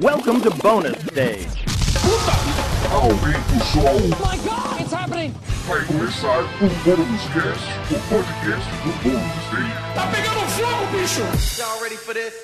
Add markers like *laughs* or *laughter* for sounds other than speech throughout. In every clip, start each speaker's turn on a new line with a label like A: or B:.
A: Welcome to bonus stage.
B: Aumenta o som,
C: my god, it's happening!
B: vai começar o Bônus Cast, o podcast do Bônus Day.
C: Tá pegando fogo, bicho!
D: Y'all ready for this?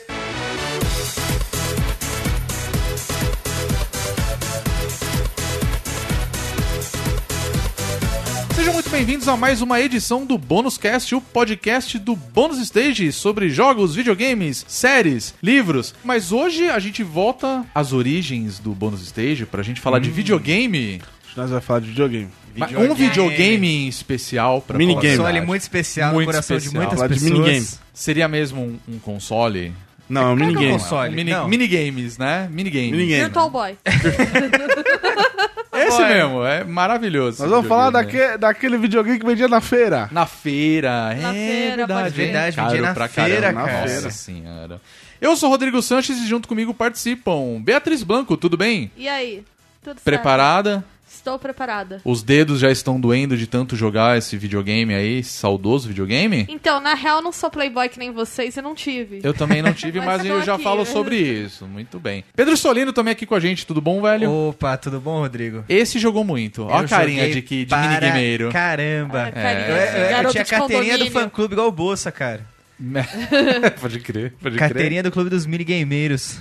E: Sejam muito bem-vindos a mais uma edição do Bônus Cast, o podcast do Bônus Stage sobre jogos, videogames, séries, livros. Mas hoje a gente volta às origens do Bônus Stage pra gente falar de videogame.
F: Nós vamos falar de Hum. videogame.
E: Mas Um videogame em especial pra
F: Minigame.
E: falar.
G: console muito especial
E: Muito
G: no coração
E: especial.
G: de muitas
F: Falar de
G: pessoas.
F: minigame.
E: Seria mesmo um, um console?
F: Não, é um
G: Não é um
F: minigame.
E: Um
G: console.
E: mini-
G: não.
E: Minigames, né? Minigames.
F: Minigame.
H: Virtual Boy.
E: Esse
G: Boy.
E: mesmo, é maravilhoso.
F: Nós vamos falar
E: videogame. né?
F: daque- daquele videogame que vendia na feira.
E: Na feira.
H: Na
E: é
H: feira,
E: verdade.
H: pode crer.
E: verdade
G: Verdade,
E: Caro
G: vendia na
E: pra
G: feira,
E: caramba.
F: cara.
E: Nossa
F: Feira.
E: senhora. Eu sou Rodrigo Sanches e junto comigo participam Beatriz Blanco, tudo bem?
H: E aí? Tudo
E: Preparada?
H: certo? Estou preparada.
E: Os dedos já estão doendo de tanto jogar esse videogame aí, esse saudoso videogame?
H: Então, na real, não sou playboy que nem vocês e não tive.
E: Eu também não tive, mas
H: Mas
E: eu
H: tô
E: já
H: aqui.
E: falo sobre isso. Muito bem. Pedro Solino também aqui com a gente, tudo bom, velho?
G: Opa, tudo bom, Rodrigo?
E: Esse jogou muito. Ó a
G: Eu
E: carinha de,
G: joguei
E: que, de
G: para
E: minigameiro.
G: Caramba. É,
H: Ah, carinha
G: Eu, eu-
H: de
G: eu
H: garoto
G: tinha
H: de
G: carteirinha do
H: condomínio.
G: fã-clube igual o Bolsa, cara.
E: *laughs* pode crer, pode crer.
G: Carteirinha do clube dos minigameiros.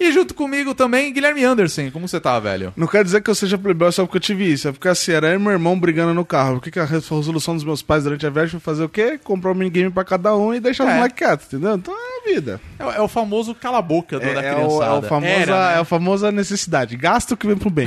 E: E junto comigo também, Guilherme Anderson. Como você tá, velho?
F: Não quero dizer que eu seja plebeu só porque eu tive isso. É porque assim, era eu e meu irmão brigando no carro. Porque é a resolução dos meus pais durante a viagem foi fazer o quê? Comprar um minigame pra cada um e deixar
E: É.
F: os moleques quietos, entendeu? Então é a vida.
E: É, o- é o famoso cala a boca do,
F: É,
E: da
F: é o,
E: criançada.
F: é, o famosa,
E: Era, né?
F: é a famosa necessidade. Gasta o que vem pro bem.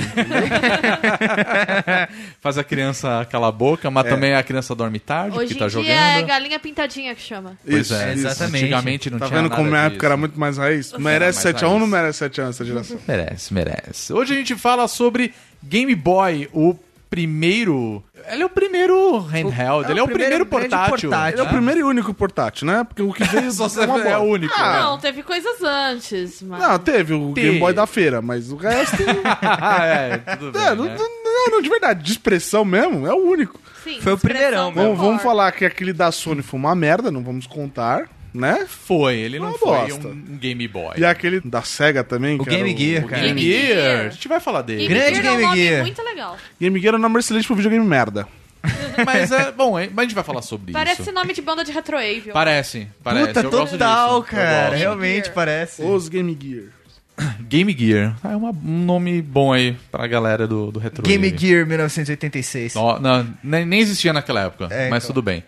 E: Faz a criança calar a boca,
F: É.
E: mas também a criança dorme tarde,
H: Hoje
E: porque tá
H: em
E: jogando.
H: dia é galinha pintadinha que chama.
E: *laughs* Pois é,
G: É, exatamente.
E: Antigamente não
F: Tá
E: tinha
F: vendo
E: nada
F: como na
E: disso.
F: época era muito mais raiz? Merece
E: mais
F: 7x1 ou não
E: raiz.
F: merece 7x1
E: *laughs*
F: essa geração?
E: Merece, merece. Hoje a gente fala sobre Game Boy, o primeiro... Ele é o primeiro handheld,
G: é o
E: ele é o primeiro,
G: primeiro grande
E: portátil.
G: portátil.
F: Ele é o primeiro e único portátil, né? Porque
E: *laughs*
F: o que veio
E: Só
F: é uma
E: serve- é o
F: bola.
E: único.
F: Ah,
H: Não, teve coisas antes, mas...
F: Não, Ah, teve o
E: Teve.
F: Game Boy da feira, mas o
E: *laughs*
F: resto.
E: é, tudo bem,
F: é, não,
E: né?
F: não, não, de verdade, de expressão mesmo, é o único.
H: Sim,
G: Foi o
H: expressão
G: primeirão,
H: do
G: meu.
F: Vamos, vamos
H: humor.
F: falar que aquele da Sony foi uma merda, não vamos contar, né?
E: Foi, ele não
F: Uma
E: foi um,
F: bosta.
E: um Game Boy.
F: E aquele da Sega também.
G: O
F: que
G: Game
F: era
G: Gear,
F: o
G: cara.
E: Game
H: Game Gear.
E: Gear, a gente vai falar dele.
H: E
G: Grande
H: Gear é um
G: Game
H: nome
G: Gear.
H: muito legal.
F: Game Gear era o nome excelente pro videogame merda.
E: Mas é, bom, é- mas a gente vai falar sobre
H: Parece
E: isso.
H: nome de banda de retroave.
E: Parece, parece.
G: Puta,
E: eu gosto
G: total,
E: disso, eu
G: cara.
E: gosto.
G: Realmente parece.
F: Os Game Gear.
E: Game Gear. Ah, é uma- um nome bom aí pra galera do, do retro.
G: Game Gear 1986.
E: Ó, não, nem, nem existia naquela época,
G: É,
E: mas
G: então.
E: tudo bem.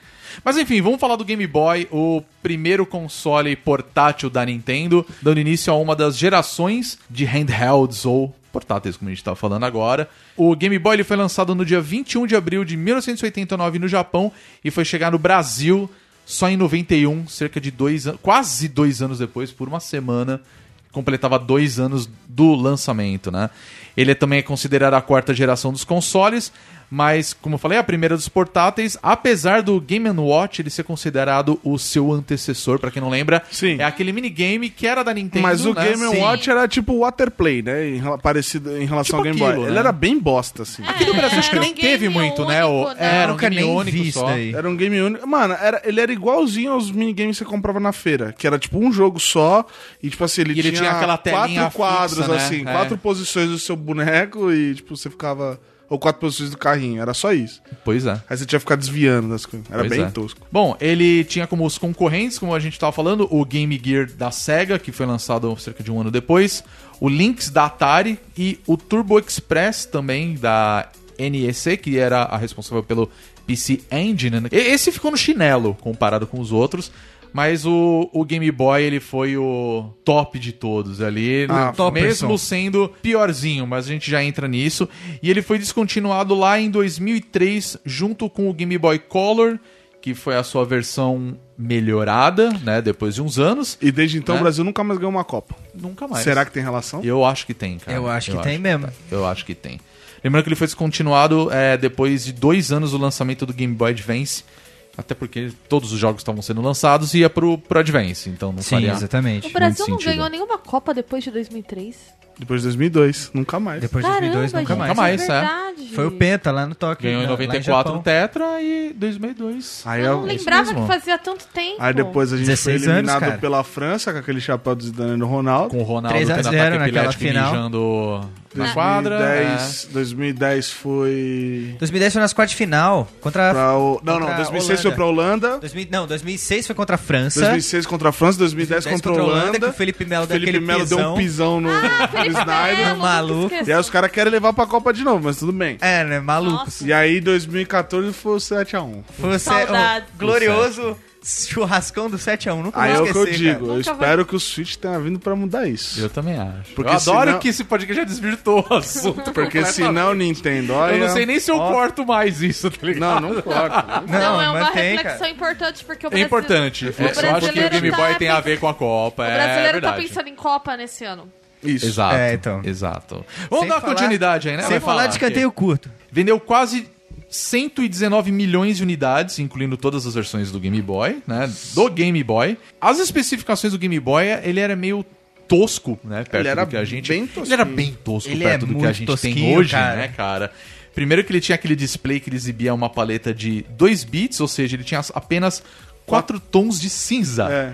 E: Mas enfim, vamos falar do Game Boy, o primeiro console portátil da Nintendo, dando início a uma das gerações de handhelds ou portáteis, como a gente tá falando agora. O Game Boy ele foi lançado no dia 21 de abril de 1989 no Japão e foi chegar no Brasil só em 91, cerca de dois an- quase dois anos depois, por uma semana, completava dois anos do lançamento, né? Ele também é considerado a quarta geração dos consoles, mas, como eu falei, a primeira dos portáteis, apesar do Game Watch ele ser considerado o seu antecessor, pra quem não lembra,
F: Sim.
E: é aquele minigame que era da Nintendo,
F: Mas o
E: né?
F: Game
E: Sim.
F: Watch era tipo Waterplay, né? Em rela- parecido em
E: Tipo
F: relação ao Game
E: aquilo,
F: Boy.
E: né?
F: Ele era bem bosta, assim.
E: Aqui no Brasil acho que
H: Era um
E: nem teve
H: game
E: muito, né? O...
H: único, né?
E: Era um
G: Nunca
E: game
G: nem
E: único
G: vi isso
E: só.
G: daí.
F: Era um game único. Mano, era, ele era igualzinho aos minigames que você comprava na feira. Que era tipo um jogo só. E tipo assim, ele,
E: E ele tinha aquela telinha
F: quatro quadros,
E: fixa, né?
F: assim.
E: É.
F: Quatro posições do seu boneco e tipo, você ficava. Ou quatro posições do carrinho. Era só isso.
E: Pois é.
F: Aí você tinha que ficar desviando das coisas. Era
E: Pois
F: bem
E: é.
F: tosco.
E: Bom, ele tinha como os concorrentes, como a gente estava falando, o Game Gear da Sega, que foi lançado cerca de um ano depois, o Lynx da Atari e o Turbo Express também da NEC, que era a responsável pelo PC Engine. né? E- Esse ficou no chinelo comparado com os outros. Mas o, o Game Boy ele foi o top de todos ali,
F: Ah,
E: top
G: topperson.
E: mesmo sendo piorzinho, mas a gente já entra nisso. E ele foi descontinuado lá em 2003, junto com o Game Boy Color, que foi a sua versão melhorada, né? Depois de uns anos.
F: E desde então
E: Né?
F: o Brasil nunca mais ganhou uma Copa.
E: Nunca mais.
F: Será que tem relação?
E: Eu acho que tem, cara.
G: Eu acho que tem mesmo.
E: Eu acho que tem. Lembrando que ele foi descontinuado é, depois de dois anos do lançamento do Game Boy Advance. Até porque todos os jogos estavam sendo lançados e ia pro, pro Advance, então não
G: Sim,
E: faria
G: exatamente.
H: O Brasil
E: muito
H: não
E: sentido.
H: ganhou nenhuma Copa depois de 2003.
F: Depois de 2002, nunca mais.
G: Depois de
H: Caramba,
G: 2002, nunca
H: gente,
G: mais.
E: Nunca mais,
H: é
E: é.
H: verdade.
G: Foi o Penta lá no Tóquio.
E: Ganhou em
G: na- lá
E: 94 o
G: Japão.
E: Tetra e 2002.
F: Aí,
H: Eu não
F: eu-
H: lembrava
E: mesmo.
H: que fazia tanto tempo.
F: aí depois a gente foi
G: 16 anos,
F: eliminado
G: cara.
F: pela França com aquele chapéu do Zidane e do Ronaldo.
E: Com o Ronaldo
G: 3 a 0 naquela
E: epilético e
G: final.
E: mijando na quadra. é.
F: 2010, 2010 foi
G: 2010 foi nas quartas de final contra.
F: pra o... Não, não,
G: Contra a
F: 2006 foi
G: Holanda.
F: pra Holanda,
G: 2000 não, 2006 foi contra a França.
F: 2006 contra a França, 2010, contra a Holanda.
G: que o Felipe Melo deu
F: Felipe
G: aquele
F: Melo deu um pisão
G: pisão.
F: no, no Snyder.
H: É,
G: um maluco.
F: E aí os caras querem levar pra Copa de novo, mas tudo bem.
G: É, né? Maluco.
H: Nossa.
F: E aí 2014 foi o 7x1.
G: Você
H: Saudades.
G: o um glorioso churrascão do 7x1. Nunca
F: Aí é
G: vou
F: o que eu
G: esquecer,
F: digo,
G: cara.
F: eu
H: Nunca
F: espero que o Switch tenha vindo pra mudar isso.
E: Eu também acho.
F: Porque
E: eu adoro
F: senão-
E: que esse podcast já desvirtou
H: *laughs*
E: o assunto.
F: Porque senão, Nintendo, olha...
E: Eu não sei nem se eu corto mais isso, tá ligado?
F: Não, né? não corta.
G: Não,
H: Não, é uma
G: mantém,
H: reflexão
G: cara.
H: importante, porque o
E: É
H: Brasil...
E: importante. É, eu acho que o
H: brasileiro
E: Game
H: tá
E: Boy tem a
H: pensando-
E: ver com a Copa.
H: O
E: é
H: brasileiro tá
E: verdade.
H: pensando em Copa nesse ano.
F: Isso.
E: Exato.
G: É, então.
E: Exato. Vamos
G: Sem
E: dar uma
G: falar-
E: continuidade aí, né?
G: Sem
E: Vai
G: falar de
E: aqui.
G: escanteio curto.
E: Vendeu quase 119 milhões de unidades, incluindo todas as versões do Game Boy, né? Do Game Boy. As especificações do Game Boy, ele era meio tosco, né? Perto
F: Ele era
E: do que a gente.
F: bem tosquinho.
E: Ele era bem tosco
G: Ele
E: perto
G: é
E: do que
G: muito
E: a gente tem
G: tosquinho,
E: hoje,
G: cara.
E: né, cara? Primeiro que ele tinha aquele display que ele exibia uma paleta de 2 bits, ou seja, ele tinha apenas 4 tons de cinza.
F: É.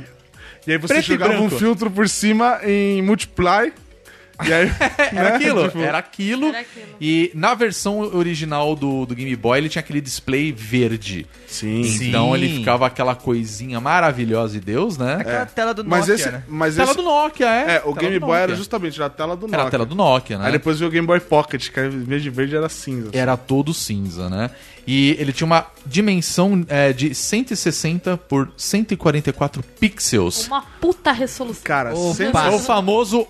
F: E aí você
E: Preto e
F: jogava um
E: branco.
F: filtro por cima em Multiply. E aí,
E: Era aquilo,
F: *laughs* Tipo,
E: era aquilo.
H: Era aquilo.
E: E na versão original do, do Game Boy, ele tinha aquele display verde.
F: Sim.
E: Então
G: Sim.
E: ele ficava aquela coisinha maravilhosa de Deus, né?
G: Aquela tela do
F: É. Mas
G: Nokia,
F: esse.
G: né?
F: Mas
E: Tela
F: esse
E: do Nokia, é.
F: é, o
E: Tela
F: Game
E: do
F: Boy era
E: Nokia.
F: justamente na tela do Nokia.
E: Era a tela do Nokia, É. né?
F: Aí depois veio o Game Boy Pocket, que é em vez de verde era cinza.
E: Era todo cinza, né? E ele tinha uma dimensão é, de 160 por 144 pixels.
H: Uma puta resolução.
F: Cara,
G: Opa.
F: sempre-
E: É o famoso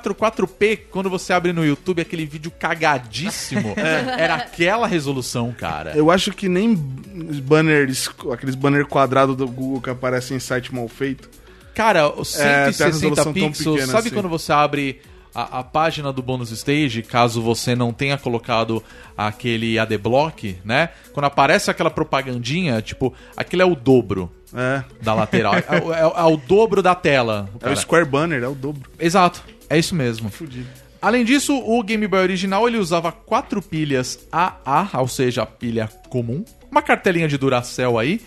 E: 144p, quando você abre no YouTube aquele vídeo cagadíssimo.
F: É.
E: Era aquela resolução, cara.
F: eu acho que nem banners, aqueles banner quadrado do Google que aparecem em site mal feito.
E: Cara, os
F: É, tem a
E: 160
F: resolução tão
E: pixels,
F: pequena
E: sabe
F: assim.
E: quando você abre a, a página do bônus stage, caso você não tenha colocado aquele adblock, né? Quando aparece aquela propagandinha, tipo, aquilo é o dobro
F: É.
E: da lateral.
F: *laughs*
E: é, o- é o- é o dobro da tela.
F: É o
E: cara.
F: Square Banner, é o dobro.
E: Exato, é isso mesmo.
F: Fudido.
E: Além disso, o Game Boy original ele usava quatro pilhas AA, ou seja, a pilha comum, uma cartelinha de Duracell aí.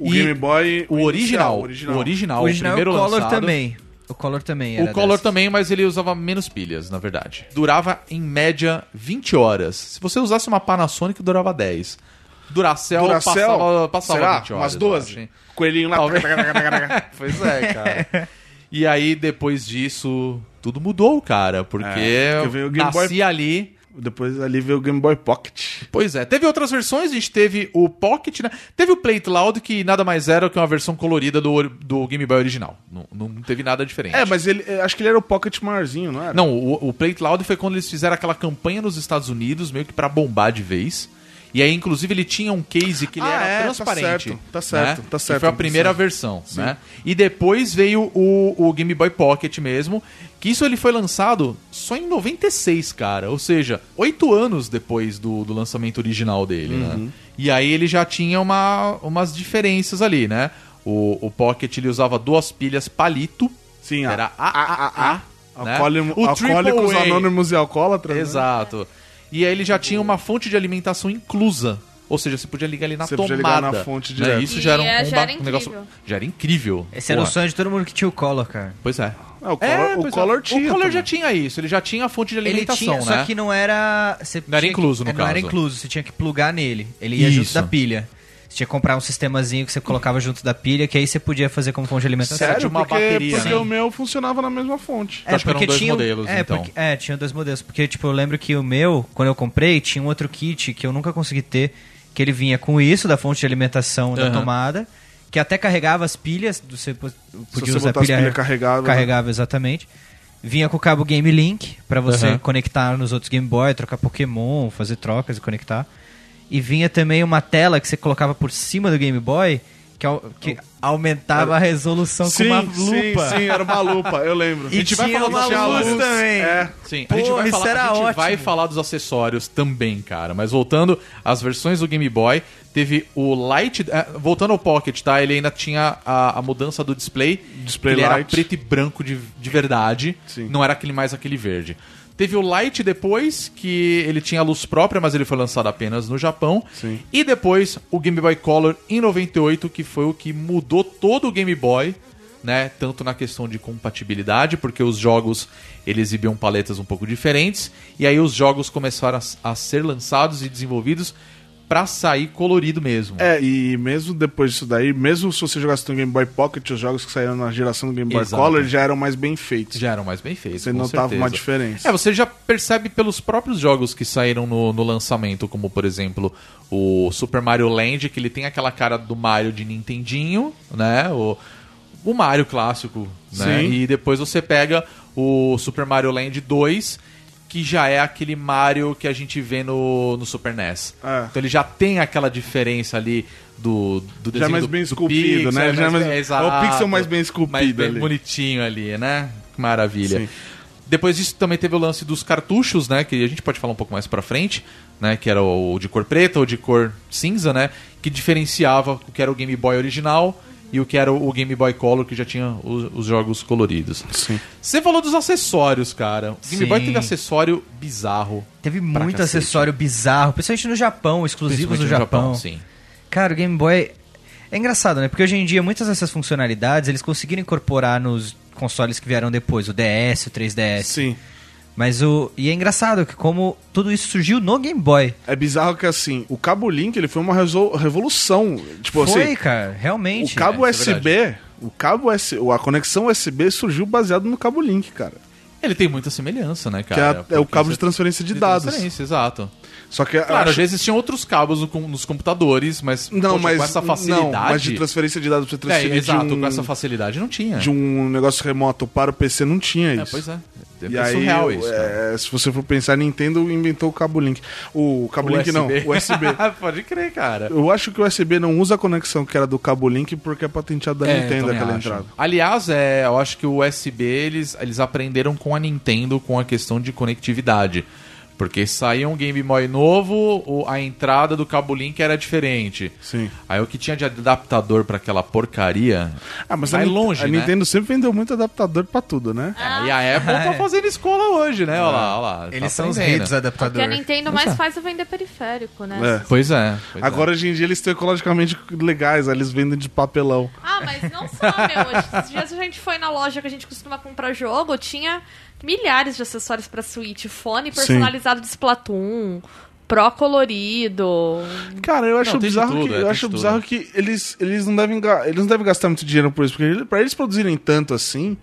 F: O
E: e
F: Game Boy.
E: o original,
F: inicial,
E: o original, Ah, o primeiro
G: é o Color
E: lançado.
G: também. O Color também
E: O
G: era
E: Color
G: dessas.
E: também, mas ele usava menos pilhas, na verdade. Durava, em média, 20 horas. Se você usasse uma Panasonic, durava 10. Duracell,
F: Duracell,
E: passava, passava
F: será?
E: 20 horas.
F: Umas
E: eu
F: 12?
E: acho, hein?
F: Coelhinho lá.
E: Talvez.
F: Talvez.
E: Pois é, cara. e aí, depois disso, tudo mudou, cara. Porque
F: É, porque veio
E: eu
F: o Game Boy-
E: nasci ali...
F: *laughs* Depois ali veio o Game Boy Pocket.
E: Pois é, teve outras versões, a gente teve o Pocket, né? Teve o Play It Loud, que nada mais era que uma versão colorida do, ori- do Game Boy original. Não, não teve nada diferente.
F: É, mas ele, eu acho que ele era o Pocket maiorzinho, não era?
E: Não, o, o Play It Loud foi quando eles fizeram aquela campanha nos Estados Unidos, meio que pra bombar de vez. E aí, inclusive, ele tinha um case que ele
F: Ah,
E: era
F: é, tá
E: transparente.
F: certo, tá certo,
E: né?
F: tá certo,
E: E foi a
F: tá
E: primeira
F: certo.
E: versão, né? E depois veio o, o Game Boy Pocket mesmo, que isso ele foi lançado só em 96, cara. Ou seja, oito anos depois do, do lançamento original dele,
F: Uhum.
E: né? E aí ele já tinha uma, umas diferenças ali, né? O, o Pocket ele usava duas pilhas palito.
F: Sim, a-
E: era AAA. né?
F: Alcoólim-
E: O
F: alcoólicos,
E: Triple A.
F: anônimos e alcoólatras. né?
E: Exato. E aí ele já tinha uma fonte de alimentação inclusa. Ou seja, você podia ligar ali na
F: Você podia
E: tomada.
F: ligar na fonte
E: né?
F: direto.
E: Isso já era um,
H: E é,
E: um
H: já
E: ba-
H: era
E: um negócio.
H: incrível.
E: Já era incrível.
G: Esse era o
E: Porra.
G: sonho de todo mundo que tinha o Color, cara.
E: Pois é.
F: É, o Collor,
E: É,
F: o
E: pois é.
F: Collor tinha.
E: o Collor já
F: também.
E: tinha isso, ele já tinha a fonte de
G: Ele
E: alimentação,
G: tinha,
E: né?
G: só que não era... você
E: Não era
G: tinha que-
E: incluso, no
G: é, Não era
E: caso.
G: incluso, você tinha que plugar nele. Ele ia junto
E: Isso.
G: da pilha. Você tinha que comprar um sistemazinho que você colocava junto da pilha, que aí você podia fazer como fonte de alimentação.
E: Sério?
F: Sério,
E: de uma
F: porque,
E: bateria,
F: porque
E: né? Tá.
F: o meu funcionava na mesma fonte.
E: Acho que eram dois modelos,
G: é,
E: então.
G: Porque, é, tinha dois modelos. Porque, tipo, eu lembro que o meu, quando eu comprei, tinha um outro kit que eu nunca consegui ter, que ele vinha com isso, da fonte de alimentação da
E: Aham.
G: tomada, que até carregava as pilhas, do- você po- podia
F: você
G: usar
F: botasse
G: pilha,
F: pilha carregada, né?
G: Carregava, exatamente. Vinha com o cabo Game Link, pra você
E: Aham.
G: conectar nos outros Game Boy, trocar Pokémon, fazer trocas e conectar. E vinha também uma tela que você colocava por cima do Game Boy, que, é o- que aumentava a resolução com uma lupa.
F: sim, sim, era uma lupa,
E: *laughs*
F: eu lembro.
G: E tinha
E: falar dos
G: uma luz
E: diálogos.
G: também.
F: É.
E: Sim,
G: Pô,
E: a gente, vai
G: isso
E: falar,
G: era
E: a gente
G: ótimo.
E: vai falar dos acessórios também, cara. Mas voltando às versões do Game Boy, teve o Light. eh, Voltando ao Pocket, tá? Ele ainda tinha a, a mudança do display.
F: Display
E: ele era
F: light.
E: preto e branco de, de verdade.
F: Sim.
E: Não era aquele mais aquele verde. Teve o Light depois, que ele tinha luz própria, mas ele foi lançado apenas no Japão.
F: Sim.
E: E depois o Game Boy Color em 98, que foi o que mudou todo o Game Boy, né? Tanto na questão de compatibilidade, porque os jogos eles exibiam paletas um pouco diferentes, e aí os jogos começaram a, a ser lançados e desenvolvidos pra sair colorido mesmo.
F: É, e mesmo depois disso daí, mesmo se você jogasse no Game Boy Pocket, os jogos que saíram na geração do Game Boy
E: Exato.
F: Color já eram mais bem feitos.
E: Já eram mais bem feitos.
F: Você
E: com
F: notava
E: certeza.
F: uma diferença.
E: É, você já percebe pelos próprios jogos que saíram no, no lançamento, como por exemplo o Super Mario Land, que ele tem aquela cara do Mario de Nintendinho, né? O, o Mario clássico, né?
F: Sim.
E: E depois você pega o Super Mario Land 2, que já é aquele Mario que a gente vê no, no Super NES.
F: É.
E: Então ele já tem aquela diferença ali do, do desenho
F: Já é mais
E: do-
F: bem
E: do
F: esculpido,
E: pixel,
F: né?
E: é
F: Já mais-
E: bem-
F: é o
E: exato.
F: pixel mais bem esculpido
E: mais bem
F: ali.
E: bonitinho ali, né? Que maravilha.
F: Sim.
E: Depois disso também teve o lance dos cartuchos, né? Que a gente pode falar um pouco mais pra frente, né? Que era o de cor preta ou de cor cinza, né? Que diferenciava o que era o Game Boy original e o que era o Game Boy Color, que já tinha os, os jogos coloridos.
F: Sim.
E: Você falou dos acessórios, cara. O Game
G: Sim.
E: Boy teve acessório bizarro.
G: Teve
E: pra
G: muito
E: cacete.
G: acessório bizarro, principalmente no Japão, exclusivos
E: Principalmente
G: do
E: no
G: Japão.
E: sim.
G: Cara, o Game Boy é engraçado, né? Porque hoje em dia muitas dessas funcionalidades eles conseguiram incorporar nos consoles que vieram depois, o DS, o
E: é
G: 3DS.
F: Sim.
G: Mas o e é engraçado que como tudo isso surgiu no Game Boy.
F: É bizarro que assim, o cabo Link, ele foi uma resol- revolução. Tipo
G: Foi,
F: assim,
G: cara, realmente.
F: o cabo
E: é, isso é
F: USB, o cabo S, a conexão USB surgiu baseado no cabo Link, cara.
E: Ele tem muita semelhança, né,
F: que é a-
E: cara?
F: é, o
E: Porque
F: cabo de
E: você-
F: transferência de, dados.
E: transferência, exato.
F: Só que eu
E: Claro,
F: acho-
E: já existiam outros cabos no com- nos computadores, mas,
F: não,
E: poxa,
F: mas
E: tipo, com essa
F: não,
E: facilidade.
F: mas de transferência de dados pra você
E: É,
F: transferir de,
E: exato,
F: um,
E: com essa facilidade não tinha.
F: de um negócio remoto para o PC não tinha isso.
E: É, pois é. É
F: E aí,
E: surreal isso. né? cara.
F: é, se você for pensar, Nintendo inventou o cabo Link. O cabo Link não, o USB.
E: *laughs* Pode crer, cara.
F: Eu acho que o USB não usa a conexão que era do cabo Link porque é patenteado da
E: É,
F: Nintendo
E: também
F: aquela
E: acho.
F: entrada.
E: Aliás, é, eu acho que o USB eles, eles aprenderam com a Nintendo com a questão de conectividade. Porque saía um Game Boy novo, o- a entrada do cabo Link era diferente.
F: Sim.
E: Aí o que tinha de adaptador pra aquela porcaria.
F: Ah, mas
E: vai
F: a, Ni-
E: longe,
F: a
E: né?
F: Nintendo sempre vendeu muito adaptador pra tudo, né? É.
E: É, e a Apple *laughs* tá fazendo escola hoje, né? Olha lá, olha lá. tá
G: Eles são os
E: aprendendo.
G: reis dos
H: O que a
G: adaptadores.
H: Nintendo mais faz é vender periférico, né?
F: É.
E: Pois é. pois é.
F: Agora hoje em dia eles estão ecologicamente legais, aí eles vendem de papelão.
H: Ah, mas não só, meu. Esses dias a gente foi na loja que a gente costuma comprar jogo, tinha milhares de acessórios pra Switch. Fone personalizado de Splatoon, Pro colorido.
F: Cara, eu acho
E: Não, tem de
F: bizarro
E: tudo,
F: que
E: é,
F: eu
E: tem
F: acho
E: de
F: bizarro
E: tudo.
F: que eles, eles não devem ga- eles não devem gastar muito dinheiro por isso, porque ele- pra eles produzirem tanto assim,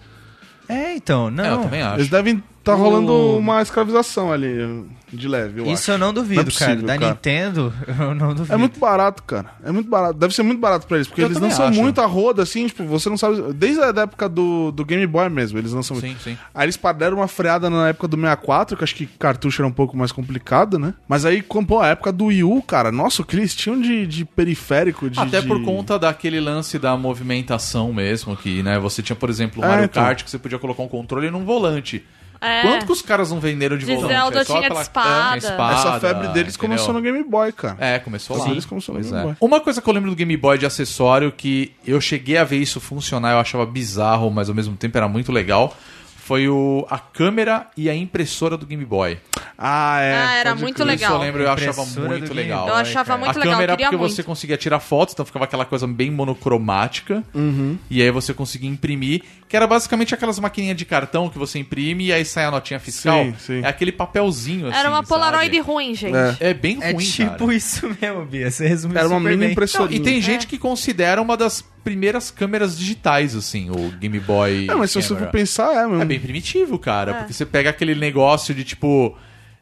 G: É, então, não.
E: É, eu também acho.
F: eles devem estar
G: O-
F: rolando uma escravização ali de leve, eu
G: Isso
F: acho.
G: eu não duvido,
F: Não é possível,
G: cara. Da
F: cara.
G: Nintendo, *laughs* eu não duvido.
F: É muito barato, cara. É muito barato. Deve ser muito barato pra eles, porque
E: Eu
F: eles não
E: também
F: são
E: acho.
F: muito a roda, assim, tipo, você não sabe. Desde a época do, do Game Boy mesmo, eles não são
E: Sim,
F: muito.
E: sim.
F: Aí eles pa- deram uma freada na época do 64, que acho que cartucho era um pouco mais complicado, né? Mas aí, quando- pô, a época do Wii U, cara, nossa, o que eles tinham de, de periférico, de.
E: Até
F: de-
E: por conta daquele lance da movimentação mesmo, que, né, você tinha, por exemplo, o
F: É,
E: Mario
F: então.
E: Kart, que você podia colocar um controle num volante.
H: É.
E: Quanto que os caras não venderam de,
H: De
E: volante?
H: Zelda
E: É só
H: tinha de espada.
E: É, espada,
F: Essa febre deles
E: entendeu?
F: começou no Game Boy, cara.
E: É, começou lá.
F: Sim. Eles começaram no
E: Pois
F: Game
E: é.
F: Boy.
E: Uma coisa que eu lembro do Game Boy de acessório que eu cheguei a ver isso funcionar, eu achava bizarro, mas ao mesmo tempo era muito legal, foi o, a câmera e a impressora do Game Boy.
F: Ah, é.
H: Ah, era
F: pode
H: muito
F: crer.
H: legal.
E: Isso eu lembro, eu achava
G: Impressora do
E: muito
G: Game
E: legal.
G: Boy,
H: Eu achava
G: cara.
H: muito
E: a
H: legal,
E: câmera é
H: queria
E: porque
H: muito.
E: você conseguia tirar fotos, então ficava aquela coisa bem monocromática.
F: Uhum.
E: E aí você conseguia imprimir, que era basicamente aquelas maquininhas de cartão que você imprime e aí sai a notinha fiscal.
F: Sim, sim.
E: É aquele papelzinho assim.
H: Era uma
E: sabe?
H: Polaroid ruim, gente.
F: um É.
E: É bem
G: É
E: ruim,
G: tipo
E: cara.
G: isso mesmo, Bia. Você resumiu
F: Era uma
G: super
F: mini
G: bem.
E: Não,
F: impressorinha.
E: e
H: É.
E: tem gente que considera uma das primeiras câmeras digitais, assim, o Game Boy.
F: É, mas se você
E: Camera.
F: for pensar, é
G: Hum.
F: mesmo.
E: É bem primitivo, cara.
G: É.
E: Porque você pega aquele negócio de tipo.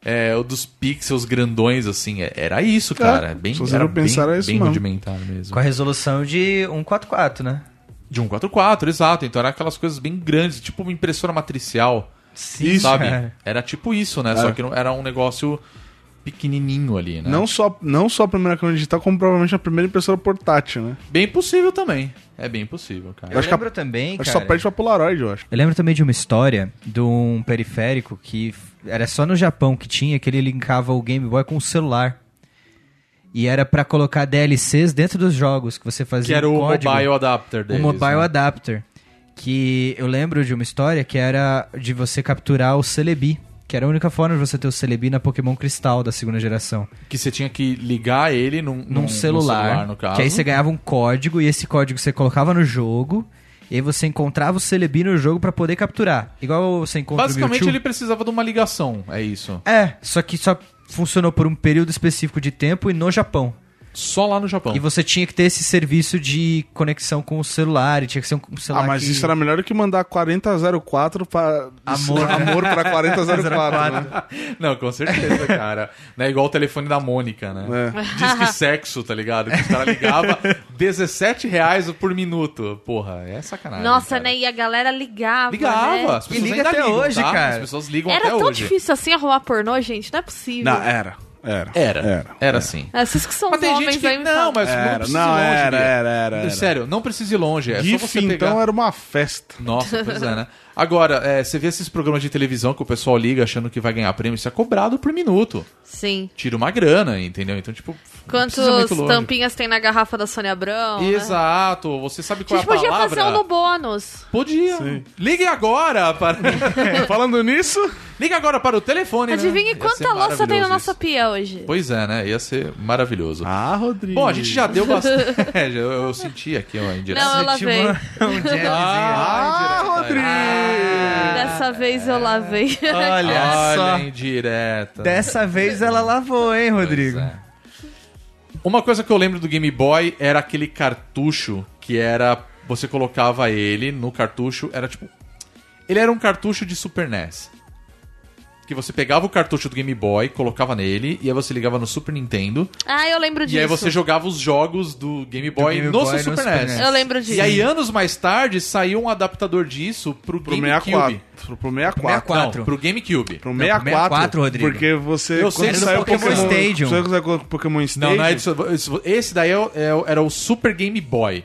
E: É, o dos pixels grandões, assim. é- Era isso, cara. É, bem,
F: se você
E: era
F: for pensar,
E: bem,
F: é isso
E: bem
F: mesmo.
E: rudimentar mesmo.
G: Com a resolução de 144, né?
E: De 144, exato. Então era aquelas coisas bem grandes, tipo uma impressora matricial.
G: Sim, é.
E: sabe?
G: cara.
E: Era tipo isso, né? Só que não- era um negócio pequenininho ali, né?
F: É. Não só, não só a primeira câmera digital, como provavelmente a primeira impressora portátil, né?
E: Bem possível também. É bem possível, cara.
G: Eu
F: acho que a-
G: lembro também,
F: Acho que
G: cara.
F: só perde pra Polaroid, eu acho.
G: Eu lembro também de uma história de um periférico que f- era só no Japão que tinha, que ele linkava o Game Boy com o celular. E era pra colocar DLCs dentro dos jogos que você fazia
E: Que era
G: um
E: o
G: código,
E: mobile adapter
G: o
E: deles.
G: mobile
E: né?
G: adapter, que eu lembro de uma história que era de você capturar o Celebi, que era a única forma de você ter o Celebi na Pokémon Cristal da segunda geração
E: Que você tinha que ligar ele num, num-
G: num,
E: num
G: celular,
E: no caso.
G: que aí você ganhava um código e esse código você colocava no jogo e aí você encontrava o Celebi no jogo pra poder capturar. Igual você encontra
E: Basicamente
G: o Mewtwo.
E: ele precisava de uma ligação, é isso.
G: É, só que só funcionou por um período específico de tempo e no Japão.
E: Só lá no Japão.
G: E você tinha que ter esse serviço de conexão com o celular, e tinha que ser um
F: Ah,
G: celular
F: mas
G: que...
F: isso era melhor do que mandar 4004 pra.
G: Amor.
F: *laughs* amor pra 4004, né?
E: *laughs* Não, com certeza, cara. Não é igual o telefone da Mônica, né?
H: É.
E: Diz
H: *laughs*
E: que sexo, tá ligado? Que os caras ligavam 17 reais por minuto. Porra, é sacanagem.
H: Nossa,
E: cara.
H: né? E a galera ligava.
E: Ligava.
H: né?
E: As pessoas
G: E liga
E: ainda
G: até
E: ligam,
G: hoje,
E: tá?
G: cara.
E: As pessoas ligam
H: Era
E: até
H: tão
E: hoje.
H: difícil assim arrumar pornô, gente? Não é possível.
F: Não, era. Era.
E: Era.
F: Era.
E: Era, sim.
H: É, vocês que são
E: Mas tem
H: homens
E: gente que.
H: aí me falam.
E: Não, mas não
F: Era.
E: precisa ir
F: Não,
E: longe.
F: era,
E: Bia.
F: era, era, era.
E: Sério, não precisa ir longe. É só
F: GIF,
E: você pegar.
F: então, era uma festa.
E: Nossa,
H: *laughs*
E: pois é, né? Agora, é, você vê esses programas de televisão que o pessoal liga achando que vai ganhar prêmio, isso é cobrado por minuto.
H: Sim.
E: Tira uma grana, entendeu? Então, tipo. não precisa ir
H: Quantos
E: muito longe.
H: tampinhas tem na garrafa da Sônia Abrão? né?
E: Exato, você sabe
H: A
E: qual
H: gente
E: é a
H: podia
E: palavra?
H: fazer um no bônus.
E: Podia. Ligue agora para.
F: Falando nisso,
E: Ligue agora para o telefone. né?
H: Adivinhe
E: Ia ser
H: quanta louça tem na
E: maravilhoso
H: nossa
E: isso.
H: pia hoje?
E: Pois é, né? Ia ser maravilhoso.
F: Ah, Rodrigo.
E: Bom, a gente já deu
H: *laughs*
E: bastante. *laughs* É, eu, eu senti aqui uma indireta.
H: Não, eu
G: Você tinha
H: lavei.
G: uma- um jellyzinho.
E: *laughs* Ah,
F: Rodrigo!
E: é.
H: Dessa vez eu
E: *laughs*
H: lavei.
G: Olha,
E: Olha,
G: só.
E: indireta.
G: Dessa vez ela lavou, hein,
E: Pois
G: Rodrigo?
E: é. Uma coisa que eu lembro do Game Boy era aquele cartucho que era. Você colocava ele no cartucho, era tipo. Ele era um cartucho de Super NES. Que você pegava o cartucho do Game Boy, colocava nele, e aí você ligava no Super Nintendo,
H: ah, eu lembro disso.
E: e aí você jogava os jogos do Game Boy
G: Game
E: no
G: Boy
E: seu
G: no
E: Super,
G: Super
E: NES.
G: NES.
H: Eu lembro disso.
E: E aí, anos mais tarde, saiu um adaptador disso pro,
F: Pro
E: GameCube.
F: 64. Pro, pro 64.
G: 64.
E: Não, pro GameCube.
F: Pro
G: Não,
F: 64,
G: 64, Rodrigo.
F: Porque você.
E: Eu sei
F: quando
E: que no Pokémon
G: Stadium.
F: Você usa o Pokémon Stadium.
E: Não, não é disso, isso- Esse daí é o- é o- era o Super Game Boy.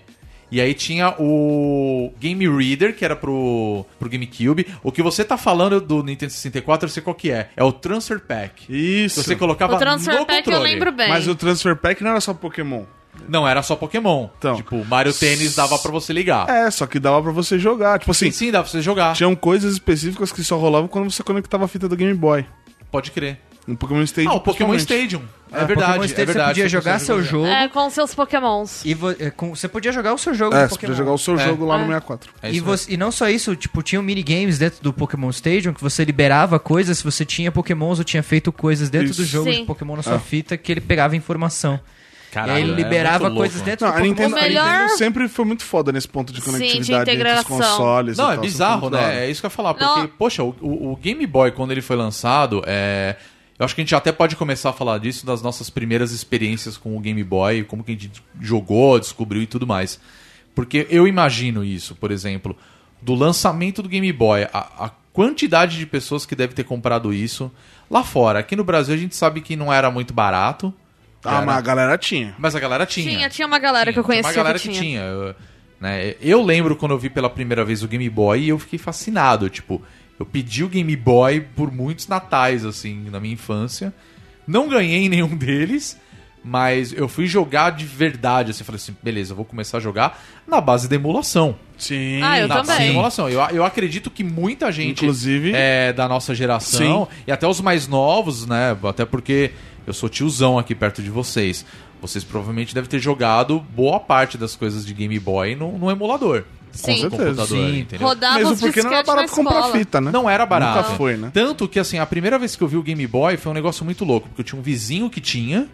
E: E aí tinha o Game Reader, que era pro, pro GameCube. O que você tá falando do Nintendo 64, eu sei qual que é. É o Transfer Pack.
F: Isso.
E: Que Você colocava
H: O Transfer
E: no
H: Pack
E: controle.
H: eu lembro bem.
F: Mas o Transfer Pack não era só Pokémon.
E: Não, era só Pokémon.
F: Então.
E: Tipo, Mario Tênis dava pra você ligar.
F: É, só que dava pra você jogar. Tipo assim,
E: Sim, sim, dava pra você jogar.
F: tinham coisas específicas que só rolavam quando você conectava a fita do Game Boy.
E: Pode crer.
F: No Pokémon Stadium.
E: Ah, o Pokémon
F: principalmente.
E: Stadium. É,
G: Ah,
E: verdade,
G: Pokémon
E: é
G: Stadium
E: verdade.
G: Você podia jogar seu jogo
H: É, com seus pokémons.
G: e vo- é, com- você podia jogar o seu jogo
F: É,
G: do
F: você
G: Pokémon.
F: podia jogar o seu
E: É.
F: jogo lá no
H: É.
F: 64.
E: É
G: e,
E: isso
G: você- e não só isso, tipo, tinham minigames dentro do Pokémon Stadium que você liberava coisas se você tinha Pokémons ou tinha feito coisas dentro
F: Isso. Ah.
G: do jogo
H: Sim.
G: de Pokémon na sua fita que ele pegava informação.
E: Caralho,
G: e aí ele
E: é
G: liberava
E: muito louco,
G: coisas
E: né?
G: dentro
F: Não,
G: do
F: a
G: Pokémon
H: O
F: Nintendo, a
G: Stadium.
H: melhor-
F: Nintendo sempre foi muito foda nesse ponto de
H: Sim, de
F: conectividade entre os
H: integração.
F: consoles. e
E: Não, é
F: tal,
E: bizarro,
F: sempre foi muito da
E: né?
F: hora.
E: É isso que eu ia falar.
H: Não.
E: Porque, poxa, o- o, o Game Boy, quando ele foi lançado, é... eu acho que a gente até pode começar a falar disso, das nossas primeiras experiências com o Game Boy, como que a gente jogou, descobriu e tudo mais. Porque eu imagino isso, por exemplo, do lançamento do Game Boy, a, a quantidade de pessoas que deve ter comprado isso lá fora. Aqui no Brasil a gente sabe que não era muito barato,
F: Ah, mas a galera tinha.
E: mas a galera tinha.
H: Tinha, tinha uma galera que eu
E: Tinha,
H: conhecia
E: Uma galera
H: que
E: que
H: tinha.
E: tinha. Eu, né, eu lembro quando eu vi pela primeira vez o Game Boy e eu fiquei fascinado. Tipo, eu pedi o Game Boy por muitos natais, assim, na minha infância. Não ganhei *laughs* nenhum deles, mas eu fui jogar de verdade. Assim, eu falei assim, beleza, eu vou começar a jogar na base da emulação.
F: Sim.
H: Ah, eu
E: na base da
H: também.
E: emulação. Eu, eu acredito que muita gente
F: Inclusive-
E: é, da nossa geração e até os mais novos, né? Até porque eu sou tiozão aqui perto de vocês. Vocês provavelmente devem ter jogado boa parte das coisas de Game Boy no, no emulador.
H: Sim.
E: Com o computador,
G: Sim.
E: entendeu?
H: Rodava
F: Mesmo
H: os
F: porque
H: disquetes
F: não era
H: na
F: barato comprar
H: escola.
F: fita, né?
E: Não era barato.
F: Nunca foi, né?
E: Tanto que, assim, a primeira vez que eu vi o Game Boy foi um negócio muito louco, porque eu tinha um vizinho que tinha,